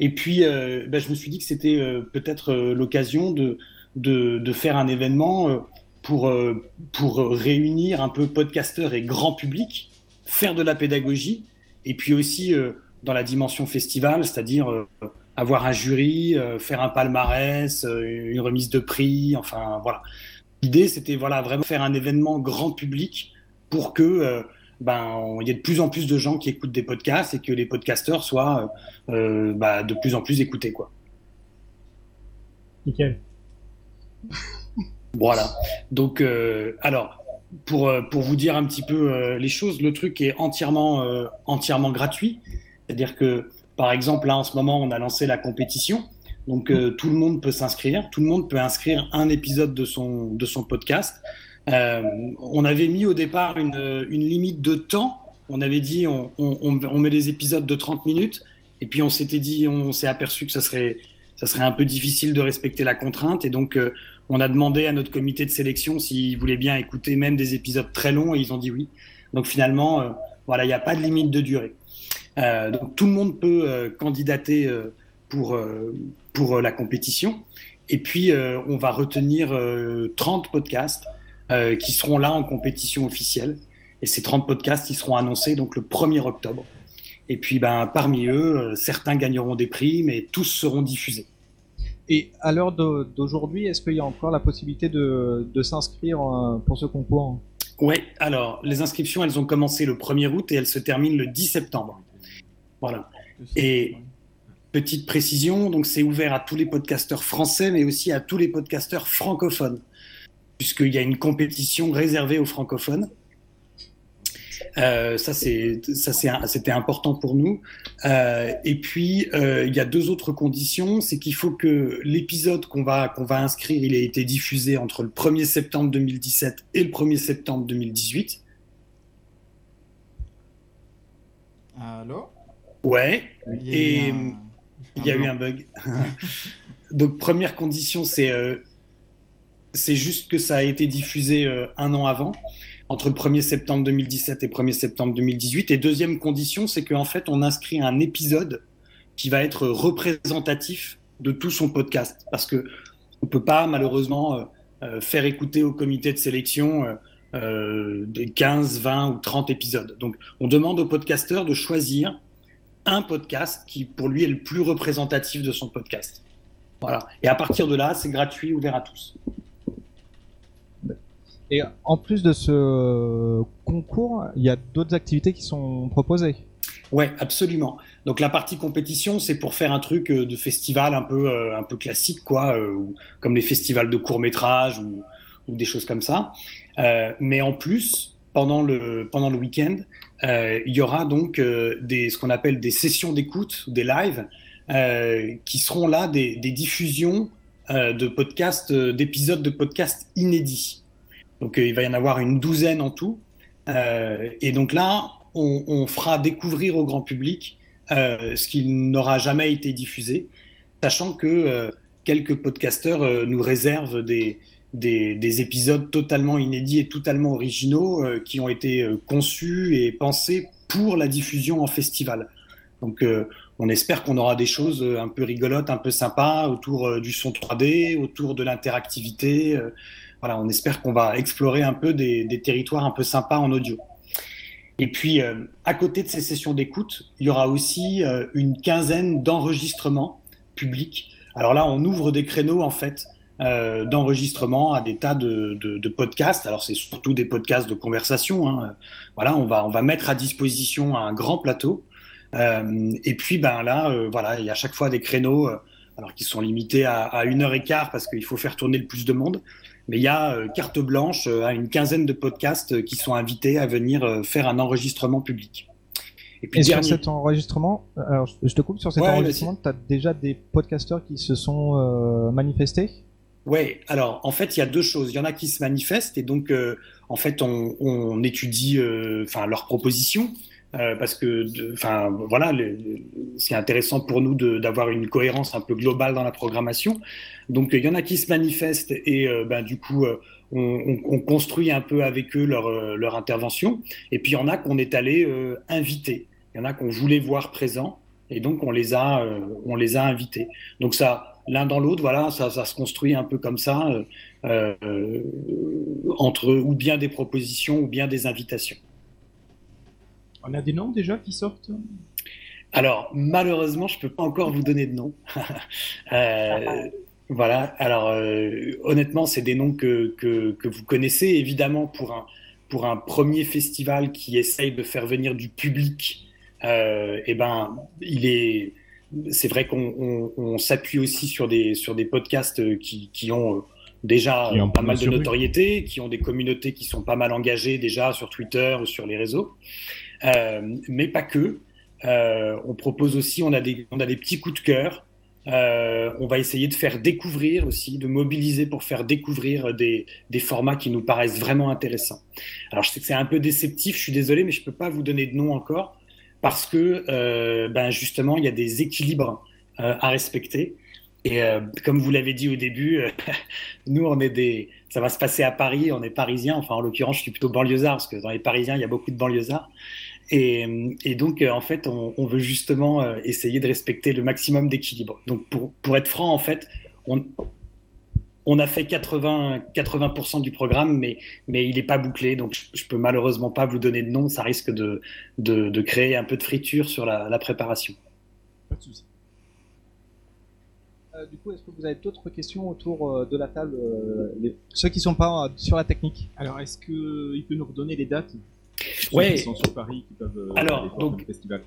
S4: Et puis, euh, ben, je me suis dit que c'était euh, peut-être euh, l'occasion de, de, de faire un événement euh, pour, euh, pour euh, réunir un peu podcasteurs et grand public, faire de la pédagogie, et puis aussi euh, dans la dimension festival, c'est-à-dire euh, avoir un jury, euh, faire un palmarès, euh, une remise de prix, enfin voilà. L'idée, c'était voilà, vraiment faire un événement grand public pour que euh, ben, on- il y ait de plus en plus de gens qui écoutent des podcasts et que les podcasteurs soient euh, euh, bah, de plus en plus écoutés. Quoi.
S17: Nickel.
S4: *laughs* Voilà. Donc, euh, alors, pour, euh, pour vous dire un petit peu euh, les choses, le truc est entièrement, euh, entièrement gratuit. C'est-à-dire que, par exemple, là, en ce moment, on a lancé la compétition. Donc, euh, tout le monde peut s'inscrire. Tout le monde peut inscrire un épisode de son, de son podcast. Euh, on avait mis au départ une, euh, une limite de temps. On avait dit, on, on, on- on met des épisodes de 30 minutes. Et puis, on s'était dit, on, s'est aperçu que ça serait, ça serait un peu difficile de respecter la contrainte. Et donc, euh, on a demandé à notre comité de sélection s'ils voulaient bien écouter même des épisodes très longs et ils ont dit oui. Donc finalement, euh, voilà, il n'y a pas de limite de durée. Euh, donc tout le monde peut euh, candidater euh, pour, euh, pour euh, la compétition. Et puis, euh, on va retenir euh, 30 podcasts euh, qui seront là en compétition officielle. Et ces 30 podcasts, ils seront annoncés donc le 1er octobre. Et puis, ben, parmi eux, euh, certains gagneront des prix, mais tous seront diffusés.
S25: Et à l'heure d'au- d'aujourd'hui, est-ce qu'il y a encore la possibilité de, de s'inscrire euh, pour ce concours
S4: Oui, alors les inscriptions, elles ont commencé le 1er août et elles se terminent le 10 septembre. Voilà. Et petite précision, donc c'est ouvert à tous les podcasteurs français, mais aussi à tous les podcasteurs francophones, puisqu'il y a une compétition réservée aux francophones. Euh, ça, c'est, ça, c'est, un- c'était important pour nous. Euh, et puis, euh, il y a deux autres conditions. C'est qu'il faut que l'épisode qu'on va, qu'on va inscrire, il ait été diffusé entre le 1er septembre 2017 et le 1er septembre 2018.
S2: Allô
S4: Ouais.
S2: Il y a eu
S4: Et
S2: un-
S4: il y a
S2: un
S4: eu
S2: blanc.
S4: un bug. Donc première condition, c'est euh, c'est juste que ça a été diffusé euh, un an avant. entre le 1er septembre 2017 et 1er septembre 2018. Et deuxième condition, c'est qu'en fait, on inscrit un épisode qui va être représentatif de tout son podcast. Parce que on peut pas, malheureusement, euh, euh, faire écouter au comité de sélection euh, euh, des 15, 20 ou 30 épisodes. Donc, on demande au podcasteur de choisir un podcast qui, pour lui, est le plus représentatif de son podcast. Voilà. Et à partir de là, c'est gratuit, ouvert à tous.
S7: Et en plus de ce concours, il y a d'autres activités qui sont proposées.
S4: Ouais, absolument. Donc la partie compétition, c'est pour faire un truc euh, de festival un peu euh, un peu classique, quoi, euh, ou- comme les festivals de courts métrages ou, ou des choses comme ça. Euh, mais en plus, pendant le pendant le week-end, euh, il y aura donc euh, des ce qu'on appelle des sessions d'écoute, des lives, euh, qui seront là des, des diffusions euh, de podcasts, euh, d'épisodes de podcasts inédits. Donc euh, il va y en avoir une douzaine en tout. Euh, et donc là, on, on fera découvrir au grand public euh, ce qui n'aura jamais été diffusé, sachant que euh, quelques podcasteurs euh, nous réservent des, des, des épisodes totalement inédits et totalement originaux euh, qui ont été euh, conçus et pensés pour la diffusion en festival. Donc euh, on espère qu'on aura des choses euh, un peu rigolotes, un peu sympas autour euh, du son 3D, autour de l'interactivité. euh, voilà, on espère qu'on va explorer un peu des, des territoires un peu sympas en audio. Et puis, euh, à côté de ces sessions d'écoute, il y aura aussi euh, une quinzaine d'enregistrements publics. Alors là, on ouvre des créneaux, en fait, euh, d'enregistrement à des tas de, de- de podcasts. Alors, c'est surtout des podcasts de conversation. hein. Voilà, on va, on va mettre à disposition un grand plateau. Euh, et puis, ben là, euh, voilà, il y a à chaque fois des créneaux, euh, alors qui sont limités à, à une heure et quart parce qu'il faut faire tourner le plus de monde. Mais il y a euh, carte blanche euh, à une quinzaine de podcasts euh, qui sont invités à venir euh, faire un enregistrement public. Et
S7: Et,
S4: puis, dernier-
S7: sur cet enregistrement, euh, alors je- je te coupe, sur cet
S4: Ouais,
S7: enregistrement, tu as déjà des podcasteurs qui se sont euh, manifestés
S4: Ouais, alors en fait, il y a deux choses. Il y en a qui se manifestent et donc euh, en fait, on, on étudie euh, enfin leurs propositions euh, parce que de- enfin voilà, le- le- c'est intéressant pour nous de- d'avoir une cohérence un peu globale dans la programmation. Donc euh, il y en a qui se manifestent et euh, ben du coup euh, on, on- on construit un peu avec eux leur euh, leur intervention et puis il y en a qu'on est allé euh, inviter. Il y en a qu'on voulait voir présents. Et donc, on les a, euh, on les a invités. Donc, ça, l'un dans l'autre, voilà, ça, ça se construit un peu comme ça, euh, euh, entre ou bien des propositions ou bien des invitations.
S17: On a des noms déjà qui sortent
S4: Alors, malheureusement, je peux pas encore vous donner de nom. *laughs* Euh, voilà. Alors, euh, honnêtement, c'est des noms que, que, que vous connaissez. Évidemment, pour un, pour un premier festival qui essaye de faire venir du public, euh, eh ben, il est. C'est vrai qu'on on- on s'appuie aussi sur des, sur des podcasts euh, qui, qui ont euh, déjà
S15: Qui ont
S4: euh, pas
S15: pas
S4: mal de
S15: mesuré.
S4: notoriété, qui ont des communautés qui sont pas mal engagées déjà sur Twitter ou sur les réseaux. Euh, mais pas que. Euh, on propose aussi, on a des, on a des petits coups de cœur. Euh, on va essayer de faire découvrir aussi, de mobiliser pour faire découvrir des, des formats qui nous paraissent vraiment intéressants. Alors je sais que c'est un peu déceptif, je suis désolé, mais je peux pas vous donner de nom encore parce que euh, ben justement il y a des équilibres euh, à respecter. Et euh, comme vous l'avez dit au début, *laughs* euh, nous on est des, ça va se passer à Paris, on est parisiens. Enfin en l'occurrence, je suis plutôt banlieusard parce que dans les Parisiens il y a beaucoup de banlieusards. Et, et donc, euh, en fait, on, on veut justement euh, essayer de respecter le maximum d'équilibre. Donc, pour, pour être franc, en fait, on, on a fait 80, 80% du programme, mais, mais il n'est pas bouclé. Donc, je, je peux malheureusement pas vous donner de nom. Ça risque de, de, de créer un peu de friture sur la, la préparation.
S17: Pas de soucis.
S25: Euh, du coup, est-ce que vous avez d'autres questions autour euh, de la table euh, les-
S7: Ceux qui sont pas euh, sur la technique.
S17: Alors, est-ce qu'il peut nous redonner les dates
S4: Ouais.
S15: Qui sont sur Paris, qui peuvent euh,
S4: Alors,
S15: aller voir
S4: donc-
S15: le festival.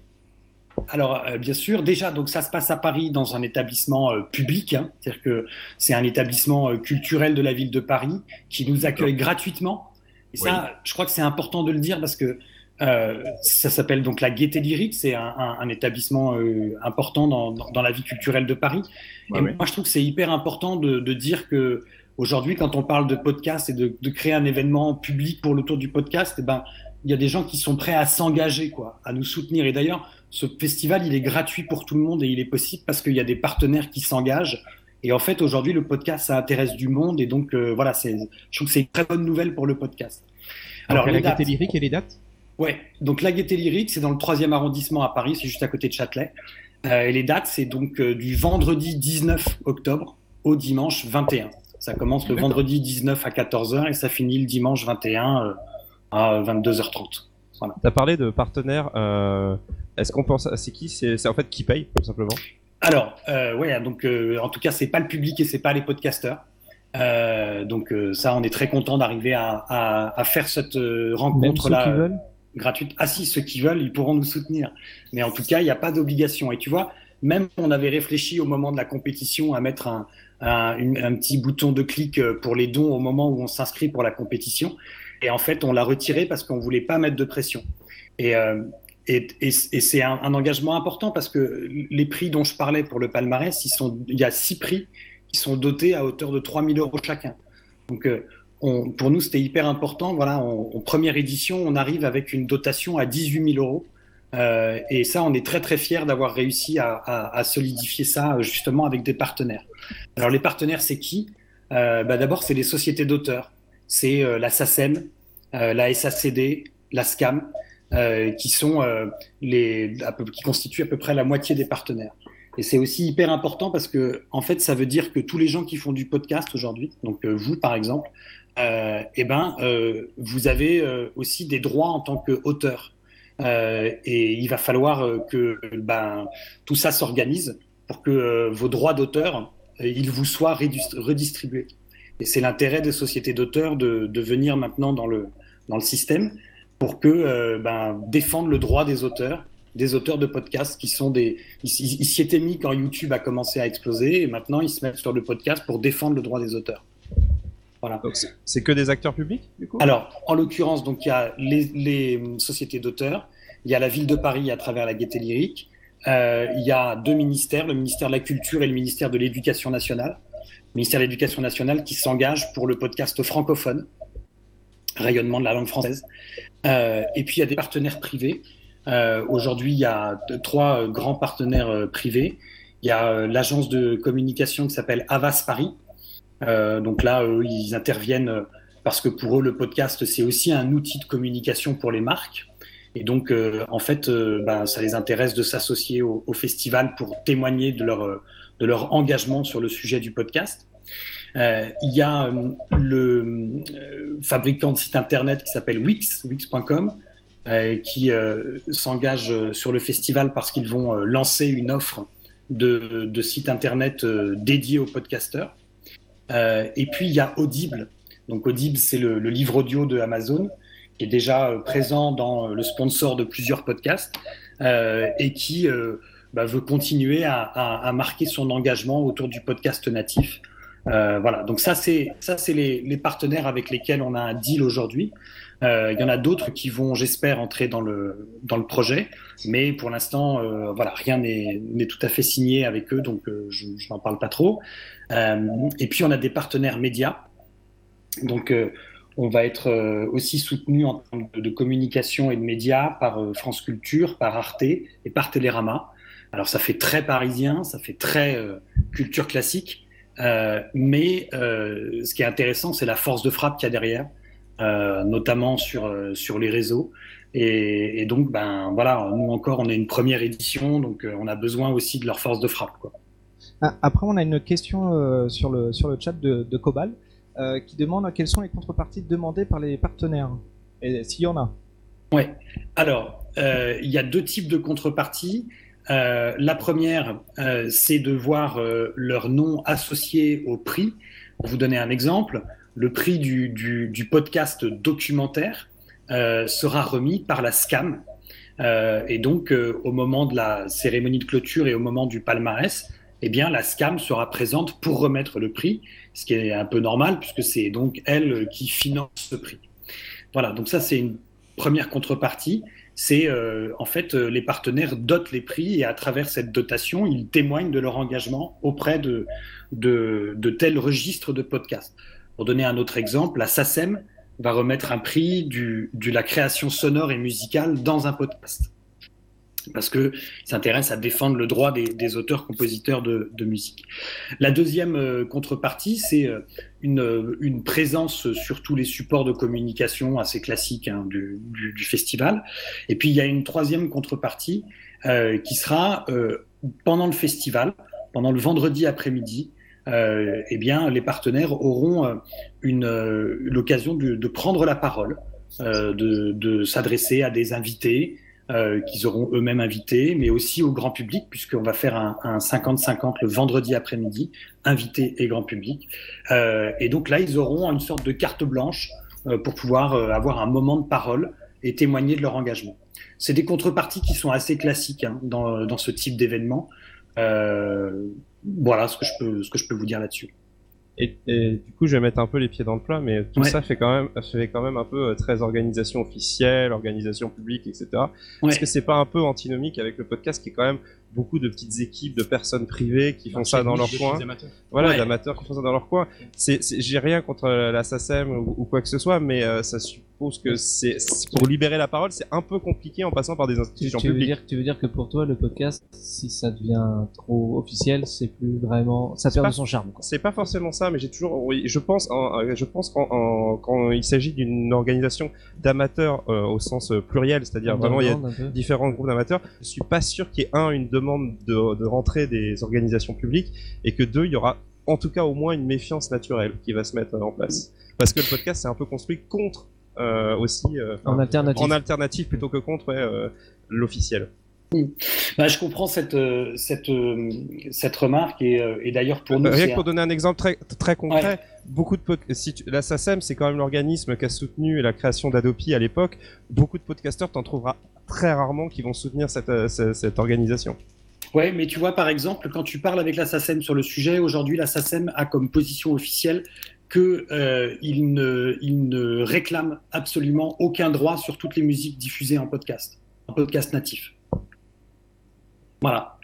S4: Alors, euh, bien sûr, déjà, donc ça se passe à Paris dans un établissement euh, public, hein. c'est-à-dire que c'est un établissement euh, culturel de la ville de Paris qui nous accueille gratuitement. Et
S15: Oui.
S4: ça, je crois que c'est important de le dire parce que euh, ça s'appelle donc la Gaieté Lyrique, c'est un, un- un établissement euh, important dans, dans- dans la vie culturelle de Paris.
S15: Ouais,
S4: et
S15: ouais.
S4: moi, je trouve que c'est hyper important de, de dire que aujourd'hui, quand on parle de podcast et de, de créer un événement public pour le tour du podcast, eh ben, il y a des gens qui sont prêts à s'engager, quoi, à nous soutenir. Et d'ailleurs, ce festival, il est gratuit pour tout le monde et il est possible parce qu'il y a des partenaires qui s'engagent. Et en fait, aujourd'hui, le podcast, ça intéresse du monde. Et donc, euh, voilà, c'est, je trouve que c'est une très bonne nouvelle pour le podcast. Alors,
S25: la
S4: les dates.
S25: gaieté lyrique et les dates
S4: Ouais, donc la Gaîté Lyrique, c'est dans le 3e arrondissement à Paris, c'est juste à côté de Châtelet. Euh, et les dates, c'est donc euh, du vendredi 19 octobre au dimanche 21. Ça commence le vendredi 19 à 14h et ça finit le dimanche 21 euh, à 22h30. Voilà.
S6: T'as parlé de partenaires. euh, Est-ce qu'on pense à c'est qui C'est c'est en fait qui paye, tout simplement.
S4: Alors, euh, ouais, donc euh, en tout cas, c'est pas le public et c'est pas les podcasteurs. Euh, donc euh, ça, on est très content d'arriver à, à- à faire cette euh, rencontre là
S25: Même ceux qui veulent
S4: gratuite. Ah si, ceux qui veulent, ils pourront nous soutenir. Mais en tout cas, il n'y a pas d'obligation. Et tu vois, même on avait réfléchi au moment de la compétition à mettre un, un- une- un petit bouton de clic euh, pour les dons au moment où on s'inscrit pour la compétition. Et en fait, on l'a retiré parce qu'on voulait pas mettre de pression. Et, euh, et, et- et c'est un, un engagement important parce que les prix dont je parlais pour le palmarès, ils sont, il y a six prix qui sont dotés à hauteur de 3000 euros chacun. Donc, euh, on- pour nous, c'était hyper important. Voilà, en en première édition, on arrive avec une dotation à 18 000 euros. Euh, et ça, on est très très fiers d'avoir réussi à, à- à solidifier ça euh, justement avec des partenaires. Alors les partenaires, c'est qui Euh, bah, D'abord, c'est les sociétés d'auteurs. C'est euh, la SACEM, euh, la SACD, la SCAM, euh, qui sont euh, les à peu- qui constituent à peu près la moitié des partenaires. Et c'est aussi hyper important parce que en fait, ça veut dire que tous les gens qui font du podcast aujourd'hui, donc euh, vous par exemple, euh, eh ben euh, vous avez euh, aussi des droits en tant qu'auteur. Euh, et il va falloir euh, que ben, tout ça s'organise pour que euh, vos droits d'auteur, euh, ils vous soient rédus- redistribués. Et c'est l'intérêt des sociétés d'auteurs de, de venir maintenant dans le, dans le système pour que euh, ben, défendre le droit des auteurs, des auteurs de podcasts qui sont des... Ils ils- ils s'y étaient mis quand YouTube a commencé à exploser et maintenant ils se mettent sur le podcast pour défendre le droit des auteurs. Voilà.
S6: C'est que des acteurs publics, du coup
S4: Alors, en l'occurrence, donc il y a les, les, euh, sociétés d'auteurs, il y a la ville de Paris à travers la Gaîté lyrique, euh, il y a deux ministères, le ministère de la Culture et le ministère de l'Éducation nationale. Le ministère de l'Éducation nationale qui s'engage pour le podcast francophone, rayonnement de la langue française. Euh, et puis il y a des partenaires privés. Euh, Aujourd'hui, il y a t- trois euh, grands partenaires euh, privés. Il y a euh, l'agence de communication qui s'appelle Avas Paris, euh, donc là, eux, ils interviennent euh, parce que pour eux, le podcast, c'est aussi un outil de communication pour les marques. Et donc, euh, en fait, euh, ben, ça les intéresse de s'associer au, au festival pour témoigner de leur, euh, de leur engagement sur le sujet du podcast. Euh, il y a euh, le euh, fabricant de site internet qui s'appelle Wix, wix.com, euh, qui euh, s'engage euh, sur le festival parce qu'ils vont euh, lancer une offre de, de site internet euh, dédié aux podcasteurs. Euh, et puis il y a Audible. Donc Audible, c'est le, le livre audio de Amazon qui est déjà euh, présent dans euh, le sponsor de plusieurs podcasts euh, et qui euh, bah, veut continuer à, à- à marquer son engagement autour du podcast natif. Euh, voilà, donc ça c'est ça c'est les, les partenaires avec lesquels on a un deal aujourd'hui. Euh, Il y en a d'autres qui vont, j'espère, entrer dans le dans le projet, mais pour l'instant, euh, voilà, rien n'est n'est tout à fait signé avec eux, donc euh, je, je n'en parle pas trop. Euh, et puis on a des partenaires médias. Donc, euh, on va être euh, aussi soutenu en termes de, de communication et de médias par euh, France Culture, par Arte et par Télérama. Alors, ça fait très parisien, ça fait très euh, culture classique, euh, mais euh, ce qui est intéressant, c'est la force de frappe qu'il y a derrière, euh, notamment sur, euh, sur les réseaux. Et, et donc, ben voilà, nous encore, on est une première édition, donc euh, on a besoin aussi de leur force de frappe. Quoi.
S7: Ah, Après, on a une question euh, sur, le, sur le chat de, de Cobal euh, qui demande quelles sont les contreparties demandées par les partenaires et s'il y en a.
S4: Ouais. Alors, euh, il y a deux types de contreparties. Euh, la première, euh, c'est de voir euh, leur nom associé au prix. Pour vous donner un exemple, le prix du, du- du podcast documentaire euh, sera remis par la SCAM. Euh, et donc, euh, au moment de la cérémonie de clôture et au moment du palmarès, eh bien, la SCAM sera présente pour remettre le prix, ce qui est un peu normal puisque c'est donc elle euh, qui finance ce prix. Voilà, donc ça c'est une première contrepartie. C'est euh, en fait euh, les partenaires dotent les prix et à travers cette dotation, ils témoignent de leur engagement auprès de, de, de tels registres de podcasts. Pour donner un autre exemple, la SACEM va remettre un prix du- de la création sonore et musicale dans un podcast. parce que s'intéresse à défendre le droit des, des auteurs-compositeurs de, de musique. La deuxième euh, contrepartie, c'est euh, une, euh, une présence sur tous les supports de communication assez classiques hein, du, du- du festival. Et puis il y a une troisième contrepartie euh, qui sera euh, pendant le festival, pendant le vendredi après-midi, euh, eh bien, les partenaires auront euh, une, euh, l'occasion de, de prendre la parole, euh, de, de s'adresser à des invités euh, qu'ils auront eux-mêmes invités, mais aussi au grand public, puisqu'on va faire un, un 50-50 le vendredi après-midi, invités et grand public. Euh, et donc là, ils auront une sorte de carte blanche euh, pour pouvoir euh, avoir un moment de parole et témoigner de leur engagement. C'est des contreparties qui sont assez classiques hein, dans, dans ce type d'événement. Euh, voilà ce que je peux, ce que je peux vous dire là-dessus.
S6: Et, et du coup, je vais mettre un peu les pieds dans le plat, mais tout
S4: Ouais.
S6: ça fait quand même, fait quand même un peu euh, très organisation officielle, organisation publique, etc. Est-ce que c'est pas un peu antinomique avec le podcast qui est quand même beaucoup de petites équipes de personnes privées qui
S15: Dans
S6: font
S15: chaque
S6: ça dans
S15: niche,
S6: leur
S15: de
S6: coin
S15: petits amateurs.
S6: Voilà,
S15: Ouais.
S6: d'amateurs qui font ça dans leur coin. C'est, c'est- j'ai rien contre la SACEM ou, ou quoi que ce soit, mais euh, ça suppose que c'est, c'est- pour libérer la parole, c'est un peu compliqué en passant par des
S18: Tu,
S6: institutions
S18: tu veux
S6: publiques.
S18: dire, tu veux dire que pour toi, le podcast, si ça devient trop officiel, c'est plus vraiment. Ça
S6: C'est
S18: perd
S6: pas-
S18: de son charme. quoi.
S6: C'est pas forcément ça, mais j'ai toujours. oui, Je pense, en- euh, je pense qu'en- en- quand il s'agit d'une organisation d'amateurs euh, au sens euh, pluriel,
S9: Ah,
S6: c'est-à-dire
S18: Une
S6: vraiment il y a
S18: demande, un peu.
S6: différents groupes d'amateurs, je suis pas sûr qu'il y ait un une demande de, de rentrée des organisations publiques et que deux il y aura en tout cas au moins une méfiance naturelle qui va se mettre en place. Parce que le podcast c'est un peu construit contre euh, aussi euh,
S18: En
S6: enfin,
S18: alternative.
S6: en alternative plutôt que contre ouais, euh, l'officiel.
S4: Bah, je comprends cette, euh, cette, euh, cette remarque et, euh, et d'ailleurs pour nous.
S6: Bah, Rien
S4: c'est
S6: que pour
S4: un-
S6: donner un exemple très, très concret,
S4: Ouais.
S6: beaucoup de pod- si tu- la SACEM, c'est quand même l'organisme qui a soutenu la création d'Adopi à l'époque. Beaucoup de podcasteurs t'en trouveras très rarement qui vont soutenir cette, euh, ce- cette organisation.
S4: Ouais, mais tu vois, par exemple, quand tu parles avec la SACEM sur le sujet, aujourd'hui, la SACEM a comme position officielle que euh, il ne, il ne réclame absolument aucun droit sur toutes les musiques diffusées en podcast, en podcast natif. Voilà.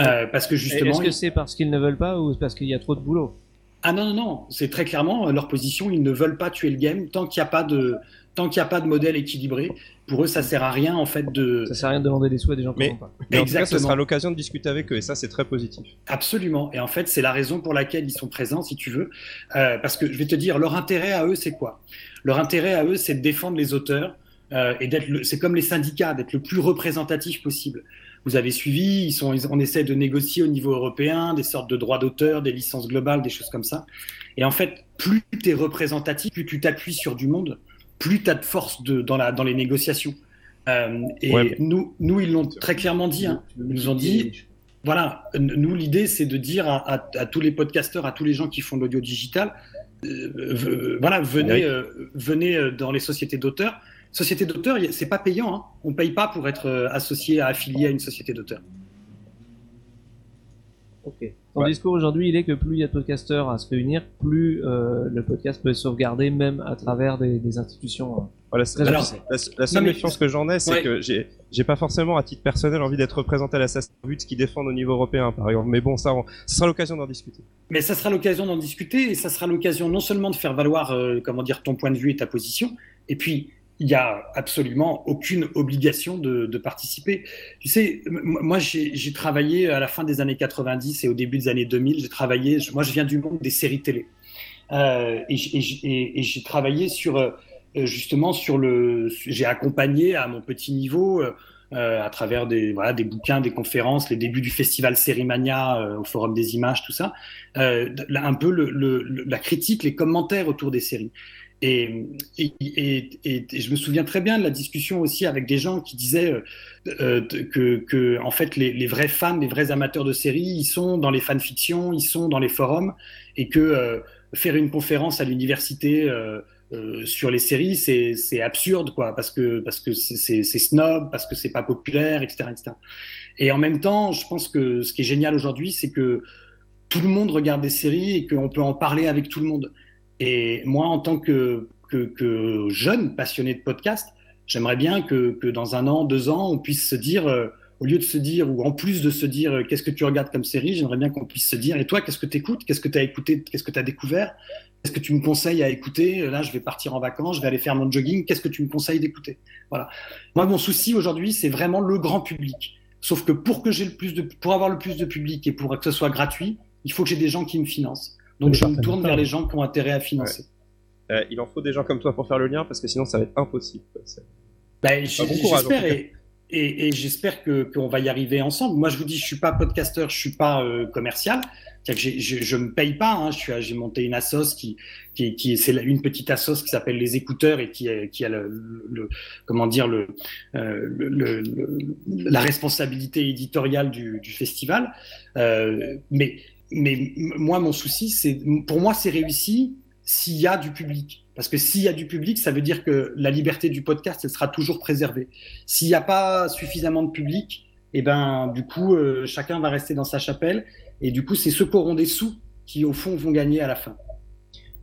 S4: Euh, parce que justement,
S18: Est-ce que
S4: ils-
S18: c'est parce qu'ils ne veulent pas ou c'est parce qu'il y a trop de boulot
S4: Ah non, non, non, c'est très clairement euh, leur position, ils ne veulent pas tuer le game tant qu'il n'y a pas de tant qu'il n'y a pas de modèle équilibré. Pour eux, ça sert à rien en fait de. Ça
S18: sert à rien de demander des sous à des gens
S4: Mais,
S6: Euh, Mais, mais en tout cas, ce sera l'occasion de discuter avec eux et ça, c'est très positif.
S4: Absolument. Et en fait, c'est la raison pour laquelle ils sont présents, si tu veux. Euh, parce que je vais te dire, leur intérêt à eux, c'est quoi Leur intérêt à eux, c'est de défendre les auteurs euh, et d'être. le- C'est comme les syndicats, d'être le plus représentatif possible. Vous avez suivi, ils sont, ils- on essaie de négocier au niveau européen des sortes de droits d'auteur, des licences globales, des choses comme ça. Et en fait, plus tu es représentatif, plus tu t'appuies sur du monde, plus tu as de force de- dans, la, dans les négociations. Euh, et
S6: Ouais, mais-
S4: nous, nous, ils l'ont très clairement dit. hein. Ils nous ont dit, voilà, n- nous, l'idée, c'est de dire à, à- à tous les podcasteurs, à tous les gens qui font de l'audio digital, euh, v- voilà, venez,
S6: Oui.
S4: euh, venez euh, dans les sociétés d'auteurs. Société d'auteurs, y a- c'est pas payant. hein. On paye pas pour être euh, associé, affilié à une société d'auteurs.
S18: Ok. Ton discours aujourd'hui, il est que plus il y a de podcasteurs à se réunir, plus euh, le podcast peut être sauvegardé, même à travers des, des institutions. euh,
S9: hein.
S6: Voilà, c'est-
S18: très
S6: alors,
S18: officielles.
S6: la, la seule
S18: Non, mais-
S6: méfiance que j'en ai, c'est
S18: Ouais.
S6: que j'ai j'ai pas forcément, à titre personnel, envie d'être représenté à la SACEM vu de ce qu'ils défendent au niveau européen, par exemple. Mais bon, ça, on- ce sera l'occasion d'en discuter.
S4: Mais ça sera l'occasion d'en discuter et ça sera l'occasion non seulement de faire valoir euh, comment dire ton point de vue et ta position, et puis il n'y a absolument aucune obligation de, de participer. Tu sais, m- moi j'ai j'ai travaillé à la fin des années 90 et au début des années 2000, j'ai travaillé, je- moi je viens du monde des séries télé. Euh, et j'- et j'- et- et j'ai travaillé sur euh, euh, justement sur le su- j'ai accompagné à mon petit niveau euh, euh, à travers des voilà des bouquins des conférences les débuts du festival Sérimania euh, au forum des images tout ça euh, d- là, un peu le- le- le- la critique les commentaires autour des séries et, et, et- et- et je me souviens très bien de la discussion aussi avec des gens qui disaient euh, euh, t- que, que, en fait, les, les vrais fans, les vrais amateurs de séries, ils sont dans les fanfictions, ils sont dans les forums, et que euh, faire une conférence à l'université euh, euh, sur les séries, c'est c'est absurde, quoi, parce que parce que c'est- c'est c'est snob, parce que c'est pas populaire, etc., etc. Et en même temps, je pense que ce qui est génial aujourd'hui, c'est que tout le monde regarde des séries et qu'on peut en parler avec tout le monde. Et moi, en tant que, que, que jeune passionné de podcast, j'aimerais bien que, que dans un an, deux ans, on puisse se dire, euh, au lieu de se dire, ou en plus de se dire, euh, qu'est-ce que tu regardes comme série, j'aimerais bien qu'on puisse se dire, et toi, qu'est-ce que tu écoutes Qu'est-ce que tu as écouté Qu'est-ce que tu as découvert Qu'est-ce que tu me conseilles à écouter Là, je vais partir en vacances, je vais aller faire mon jogging. Qu'est-ce que tu me conseilles d'écouter Voilà. Moi, mon souci aujourd'hui, c'est vraiment le grand public. Sauf que pour que j'ai le plus de, pour avoir le plus de public et pour que ce soit gratuit, il faut que j'ai des gens qui me financent. Donc
S6: Les
S4: je me tourne
S6: partenaires.
S4: vers les gens qui ont intérêt à financer.
S6: Euh, il en faut des gens comme toi pour faire le lien parce que sinon ça va être impossible. quoi. C'est-
S4: Ben,
S6: Ah,
S4: j-
S6: bon courage, en
S4: j'espère
S6: tout cas.
S4: et, et- et j'espère que qu'on va y arriver ensemble. Moi, je vous dis, je suis pas podcasteur, je suis pas euh, commercial. C'est-à-dire que j'ai- Je, je me paye pas. Hein. Je suis à- J'ai monté une assos qui, qui, qui c'est la- une petite assos qui s'appelle les écouteurs et qui, est- qui a le, le- comment dire le, euh, le- le- le- la responsabilité éditoriale du, du festival. Euh, mais mais m- moi, mon souci, c'est pour moi, c'est réussi s'il y a du public. Parce que s'il y a du public, ça veut dire que la liberté du podcast, elle sera toujours préservée. S'il n'y a pas suffisamment de public, eh ben, du coup, euh, chacun va rester dans sa chapelle. Et du coup, c'est ceux qui auront des sous qui, au fond, vont gagner à la fin.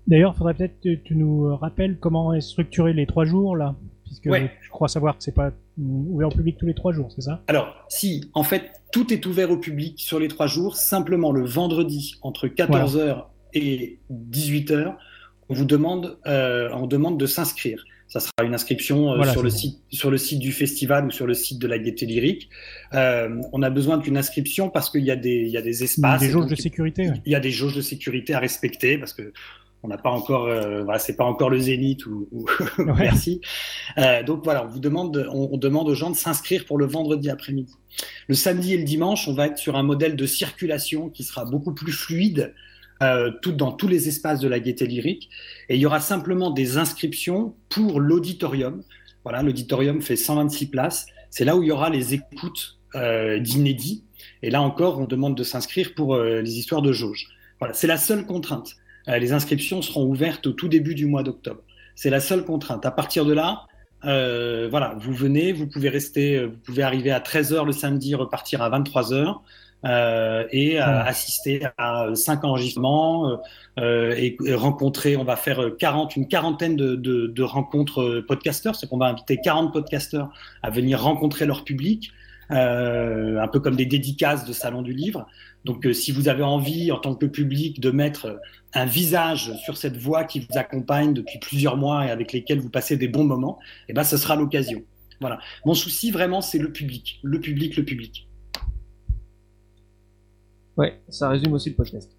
S26: D'ailleurs, faudrait peut-être que tu nous euh, rappelles comment est structuré les trois jours là, puisque
S4: Ouais.
S26: je crois savoir que c'est pas mm, ouvert au public tous les trois jours, c'est ça
S4: Alors, si, en fait, tout est ouvert au public sur les trois jours, simplement le vendredi, entre 14h et 18h, on vous demande, euh, on demande de s'inscrire. Ça sera une inscription euh,
S26: Voilà,
S4: sur,
S26: c'est
S4: le
S26: bon.
S4: site, sur le site du festival ou sur le site de la Gaieté Lyrique. Euh, on a besoin d'une inscription parce qu'il y, a des- il y a des espaces.
S26: Des
S4: et
S26: jauges
S4: donc,
S26: de sécurité. ouais.
S4: il y a des jauges de sécurité à respecter parce que on n'a pas encore, euh, voilà, c'est pas encore le zénith ou, ou- *laughs* merci. Euh, donc voilà, on vous demande, on, on demande aux gens de s'inscrire pour le vendredi après-midi. Le samedi et le dimanche, on va être sur un modèle de circulation qui sera beaucoup plus fluide. euh, tout, dans tous les espaces de la gaieté lyrique. Et il y aura simplement des inscriptions pour l'auditorium. Voilà, l'auditorium fait 126 places. C'est là où il y aura les écoutes euh, d'inédits. Et là encore, on demande de s'inscrire pour euh, les histoires de jauge. Voilà, c'est la seule contrainte. Euh, les inscriptions seront ouvertes au tout début du mois d'octobre. C'est la seule contrainte. À partir de là, euh, voilà, vous venez, vous pouvez rester, euh, vous pouvez arriver à 13h le samedi, repartir à 23h. euh, et euh, assister à euh, cinq enregistrements euh, euh, et, et rencontrer, on va faire euh, 40, une quarantaine de, de- de rencontres euh, podcasteurs, c'est qu'on va inviter 40 podcasteurs à venir rencontrer leur public, euh, un peu comme des dédicaces de salon du livre. Donc, euh, si vous avez envie, en tant que public, de mettre euh, un visage sur cette voix qui vous accompagne depuis plusieurs mois et avec lesquelles vous passez des bons moments, eh ben, ce sera l'occasion. Voilà. Mon souci vraiment, c'est le public, le public, le public.
S9: Ouais, ça résume aussi le podcast.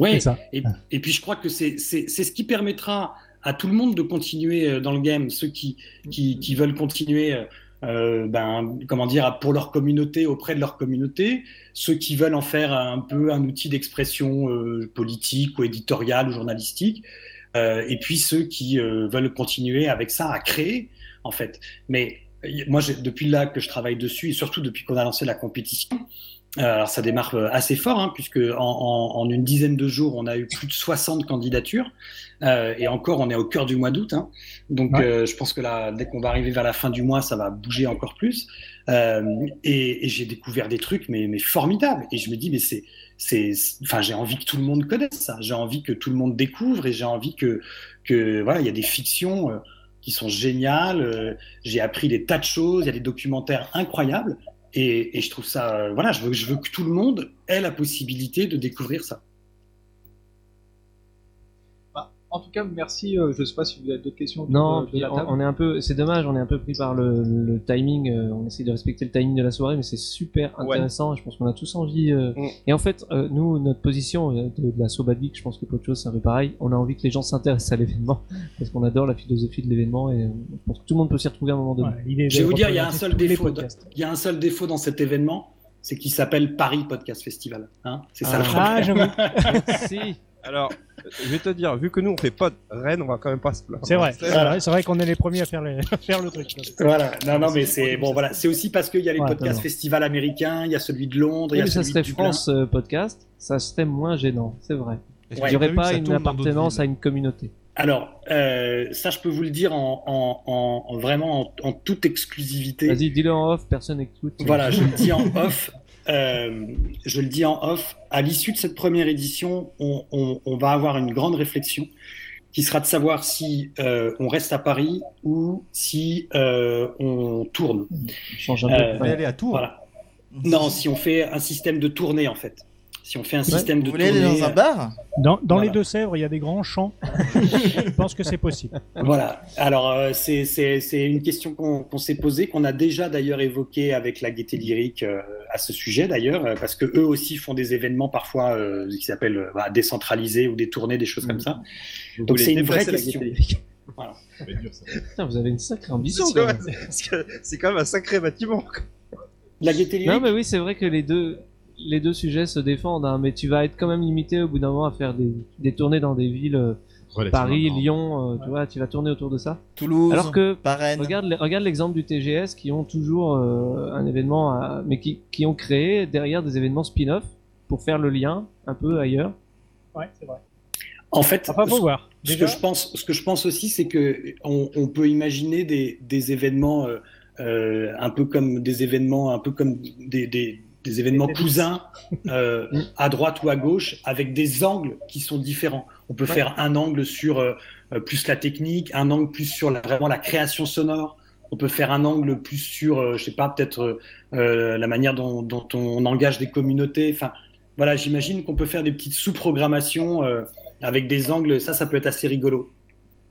S4: Ouais.
S9: C'est ça.
S4: Et, et puis je crois que c'est c'est- c'est ce qui permettra à tout le monde de continuer euh, dans le game, ceux qui, qui, qui veulent continuer. euh, euh, ben, comment dire, à- pour leur communauté, auprès de leur communauté, ceux qui veulent en faire un peu un outil d'expression euh, politique ou éditoriale ou journalistique, euh, et puis ceux qui euh, veulent continuer avec ça à créer, en fait. Mais euh, y- moi, j'ai- depuis là que je travaille dessus, et surtout depuis qu'on a lancé la compétition, euh, Alors ça démarre euh, assez fort, hein, puisque en, en- en une dizaine de jours, on a eu plus de 60 candidatures, Euh, et encore on est au cœur du mois d'août. hein. Donc euh, je pense que là, dès qu'on va arriver vers la fin du mois, ça va bouger encore plus. Euh, et et j'ai découvert des trucs, mais, mais formidables. Et je me dis, mais c'est, c'est, c'est- enfin j'ai envie que tout le monde connaisse ça. J'ai envie que tout le monde découvre, et j'ai envie que, que voilà, il y a des fictions. euh, qui sont géniales. euh, J'ai appris des tas de choses. Il y a des documentaires incroyables. Et, et je trouve ça, euh, voilà, je veux, je veux que tout le monde ait la possibilité de découvrir ça.
S25: En tout cas, merci. euh, je sais pas si vous avez d'autres questions. euh, autour
S9: Non,
S4: Euh,
S25: de- de
S9: puis
S25: la
S9: on,
S25: table.
S9: on est un peu, c'est dommage, on est un peu pris par le, le timing. euh, on essaie de respecter le timing de la soirée, mais c'est super
S6: Ouais.
S9: intéressant. Je pense qu'on a tous envie. euh,
S4: Mm.
S9: Et en fait, euh, nous, notre position euh, de, de la Soba Geek, je pense que pour autre chose, c'est un peu pareil. On a envie que les gens s'intéressent à l'événement *laughs* parce qu'on adore la philosophie de l'événement et euh, je pense que tout le monde peut s'y retrouver à un moment donné.
S4: Je vais vous dire, il y a un seul défaut. de-
S9: *laughs*
S4: Il y a un seul défaut dans cet événement, c'est qu'il s'appelle Paris Podcast Festival. hein. c'est ça le
S26: Ah,
S4: problème. *laughs*
S6: si. Alors, euh, je vais te dire, vu que nous on fait pas de Rennes, on va quand même pas se plaindre.
S26: C'est vrai, c'est
S6: Voilà.
S26: vrai, c'est vrai qu'on est les premiers à faire, les- *laughs* à faire le truc.
S4: Voilà. Non, non, mais c'est bon, voilà. C'est aussi parce qu'il y a les
S9: Ouais,
S4: podcasts
S9: d'accord.
S4: festivals américains, il y a celui de Londres, il
S9: Oui,
S4: y a
S9: mais ça
S4: celui de
S9: serait
S4: Dublin.
S9: France euh, Podcast, ça serait moins gênant, c'est vrai.
S4: Est-ce que
S9: Il n'y
S4: vous avez
S9: aurait
S4: vu que
S9: pas
S4: ça
S9: une
S4: tourne dans d'autres
S9: appartenance
S4: villes
S9: à une communauté.
S4: Alors, euh, ça, je peux vous le dire en, en- en- en- vraiment en, en toute exclusivité.
S9: Vas-y, dis-le en off, personne n'écoute.
S4: Voilà, je le dis en off. euh, je le dis en off. À l'issue de cette première édition, on, on- on va avoir une grande réflexion qui sera de savoir si euh, on reste à Paris ou si euh, on tourne.
S9: change
S1: un peu. On va y aller à Tours.
S4: Non, si on fait un système de tournée en fait.
S7: Si on fait un système de
S2: Vous voulez aller
S7: tournée,
S2: dans un
S7: euh,
S2: bar
S4: Dans, dans
S7: Voilà.
S4: les Deux-Sèvres, il y a des grands champs. Je pense que c'est possible.
S7: Voilà. Alors, euh, c'est- c'est c'est une question qu'on qu'on s'est posée, qu'on a déjà d'ailleurs évoquée avec la Gaieté Lyrique euh, à ce sujet d'ailleurs, euh, parce que eux aussi font des événements parfois euh, qui s'appellent euh, bah, décentralisés ou détournés, des choses comme
S9: Mm.
S7: ça.
S6: Vous
S7: Donc,
S6: voulez
S7: c'est une vraie
S6: déplacer
S7: question.
S6: la Gaieté
S7: Voilà.
S9: Putain, vous avez une sacrée ambition.
S6: C'est
S9: quand
S6: vrai,
S9: même.
S6: parce que c'est quand même un sacré bâtiment. quoi.
S7: La gaieté
S9: Non, mais oui, c'est vrai que les deux, les deux sujets se défendent, hein, mais tu vas être quand même limité au bout d'un moment à faire des, des tournées dans des villes, euh,
S4: Bah,
S27: Relativement
S9: Paris,
S27: grandes.
S9: Lyon, euh, tu vois, tu vas tourner autour de ça.
S2: Toulouse,
S9: Alors que,
S2: Rennes.
S9: regarde, les- regarde l'exemple du TGS qui ont toujours euh, un événement, à- mais qui, qui ont créé derrière des événements spin-off pour faire le lien un peu ailleurs.
S4: Ouais, c'est vrai.
S7: En fait,
S4: Enfin, faut
S7: ce-
S4: voir.
S7: Ce
S4: Déjà-
S7: que je pense, ce que je pense aussi, c'est que on, on peut imaginer des, des événements euh, euh, un peu comme des événements, un peu comme des, des- des événements
S28: Des- des-
S7: cousins euh, à droite ou à gauche, avec des angles qui sont différents. On peut
S28: Ouais.
S7: faire un angle sur euh, euh, plus la technique, un angle plus sur la- vraiment la création sonore. On peut faire un angle plus sur, euh, je sais pas, peut-être euh, euh, la manière dont, dont on engage des communautés. Enfin, voilà, j'imagine qu'on peut faire des petites sous-programmations euh, avec des angles. Ça, ça peut être assez rigolo.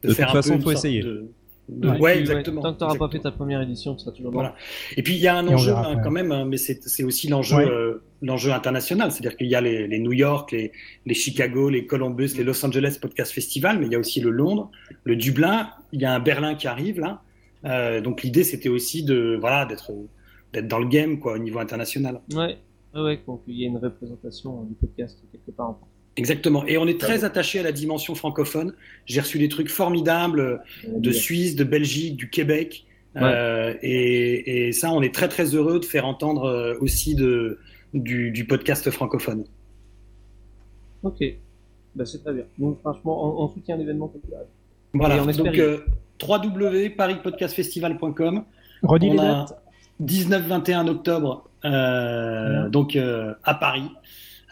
S6: De toute façon,
S7: une
S6: faut
S7: sorte
S6: essayer.
S7: de- de-
S9: Ouais,
S7: Ouais,
S9: puis, ouais,
S7: exactement.
S9: tant que t'auras pas
S7: exactement.
S9: fait ta première édition, tu seras toujours
S7: Voilà. Et puis il y a un
S9: Et on
S7: enjeu
S9: verra
S7: hein,
S9: après.
S7: quand même, hein, mais c'est c'est aussi l'enjeu
S9: Ouais.
S7: euh, l'enjeu international. C'est-à-dire qu'il y a les, les New York, les, les Chicago, les Columbus, les Los Angeles Podcast Festival, mais il y a aussi le Londres, le Dublin. Il y a un Berlin qui arrive là. Euh, donc l'idée c'était aussi de voilà d'être d'être dans le game quoi au niveau international.
S9: bon. Ouais, ouais, ouais, donc il y a une représentation euh, du podcast quelque part. en France.
S7: Exactement. Et on est très attaché à la dimension francophone. J'ai reçu des trucs formidables euh, de Suisse, de Belgique, du Québec.
S9: Ouais.
S7: Euh, et, et ça, on est très très heureux de faire entendre euh, aussi de, du, du podcast francophone.
S9: Ok, bah, c'est très bien. Donc franchement, on, on soutient l'événement populaire.
S7: Voilà.
S9: Et on espère
S7: Donc
S9: y-
S7: euh, www.parispodcastfestival.com.
S9: Redis
S7: on
S9: les
S7: a
S9: dates.
S7: 19-21 octobre, euh, donc euh, à Paris,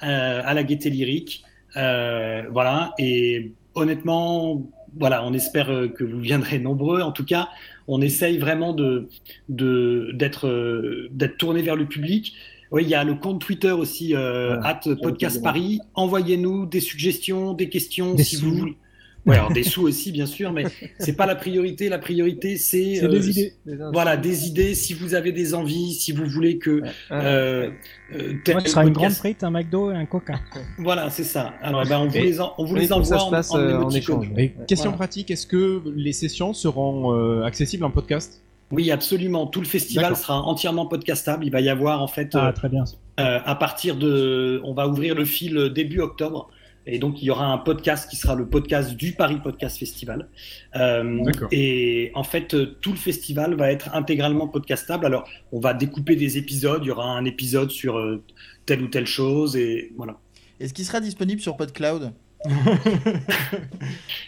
S7: euh, à la Gaieté Lyrique. Euh, voilà. Et honnêtement, voilà, on espère euh, que vous viendrez nombreux. En tout cas, on essaye vraiment de de- d'être euh, d'être tourné vers le public. Oui, il y a le compte Twitter aussi, euh, at podcast Paris. Envoyez-nous des suggestions, des questions,
S9: Des
S7: si
S9: sous.
S7: vous voulez. Ouais, alors des sous aussi, bien sûr,
S9: *laughs*
S7: mais c'est pas la priorité. La priorité, c'est euh,
S9: C'est des idées.
S7: Voilà, des idées. Si vous avez des envies, si vous voulez que euh, euh, tel
S4: Moi, ce sera une grande
S7: podcast-
S4: frite, un McDo et un Coca.
S7: Voilà, c'est ça. Alors, ben, on vous
S12: Et-
S7: les, en- on vous
S12: et
S7: les
S12: faut que ça
S7: envoie
S12: se
S7: en,
S12: passe,
S7: en
S12: euh, en
S7: émoticône.
S12: échange. Et question
S7: Voilà.
S12: pratique, est-ce que les sessions seront euh, accessibles en podcast
S7: Oui, absolument. Tout le festival
S12: D'accord.
S7: sera entièrement podcastable. Il va y avoir en fait euh,
S4: Ah, très bien.
S7: euh, à partir de, on va ouvrir le fil euh, début octobre. Et donc, il y aura un podcast qui sera le podcast du Paris Podcast Festival. Euh,
S28: D'accord.
S7: et en fait, euh, tout le festival va être intégralement podcastable. Alors, on va découper des épisodes. Il y aura un épisode sur euh, telle ou telle chose. Et voilà.
S2: Est-ce qu'il sera disponible sur PodCloud
S7: Je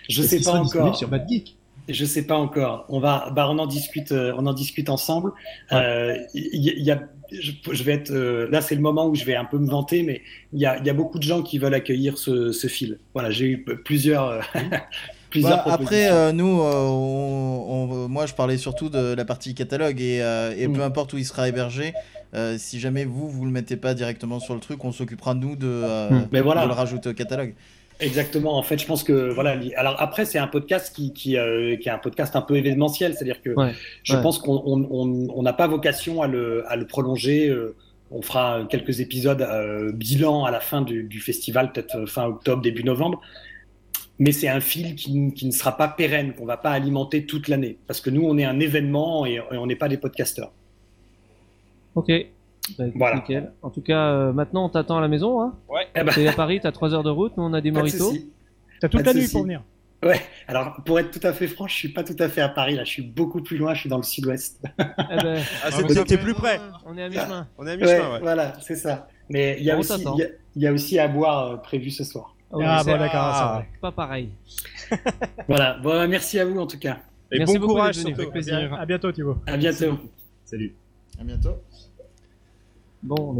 S2: Est-ce
S7: sais
S2: qu'il
S7: pas
S2: sera disponible
S7: encore.
S2: sur
S12: Bad Geek
S7: Je sais pas encore. On va, bah, on en discute, euh, on en discute ensemble. Euh, Il y, il y a, je, je vais être, euh, là c'est le moment où je vais un peu me vanter, mais il y a, il y a beaucoup de gens qui veulent accueillir ce, ce fil. Voilà, j'ai eu p- plusieurs, euh, *laughs* plusieurs
S2: Bah,
S7: propositions.
S2: après, euh, nous, euh, on- on- moi, je parlais surtout de la partie catalogue et, euh,
S7: Mm.
S2: et peu importe où il sera hébergé, euh, si jamais vous, vous le mettez pas directement sur le truc, on s'occupera nous de, euh,
S7: Mm. Mais voilà.
S2: de le rajouter au catalogue.
S7: Exactement. En fait, je pense que voilà. li- Alors après, c'est un podcast qui qui, euh, qui est un podcast un peu événementiel, c'est-à-dire que
S9: Ouais,
S7: je
S9: ouais.
S7: pense qu'on on- on- on n'a pas vocation à le à le prolonger. euh, on fera quelques épisodes euh, bilan à la fin du, du festival, peut-être euh, fin octobre, début novembre. Mais c'est un fil qui, n- qui ne sera pas pérenne, qu'on va pas alimenter toute l'année, parce que nous, on est un événement et, et on n'est pas des podcasteurs.
S9: Ok. Bah, écoute,
S7: Voilà.
S9: nickel. En tout cas, euh, maintenant, on t'attend à la maison. Hein
S7: Ouais. Eh ben.
S9: T'es à Paris, t'as 3 heures de route. Nous, on a des
S7: Pas de
S9: moritos.
S7: souci.
S4: T'as
S7: toute Pas de la nuit
S4: pour venir.
S7: Ouais. Alors, pour être tout à fait franc, je suis pas tout à fait à Paris là. Je suis beaucoup plus loin. Je suis dans le Sud-Ouest.
S6: Ah, c'est bien, t'es plus près.
S9: Eh ben, On est à mi-chemin.
S6: On est à mi-chemin,
S7: Ouais,
S6: ouais.
S7: Voilà, c'est ça. Mais il y a
S9: On
S7: aussi,
S9: t'attend.
S7: il y a- il y a aussi à boire euh, prévu ce soir.
S9: Ouais,
S4: Ah,
S9: c'est-
S4: bon, d'accord,
S9: ah,
S4: ça va.
S9: Pas pareil.
S7: Voilà. Bon, merci à vous en tout cas.
S6: Et Merci bon beaucoup, courage, les deux. surtout. Avec plaisir.
S4: À bientôt, Thibaut.
S7: À bientôt.
S6: Salut.
S2: À bientôt.
S9: Bon,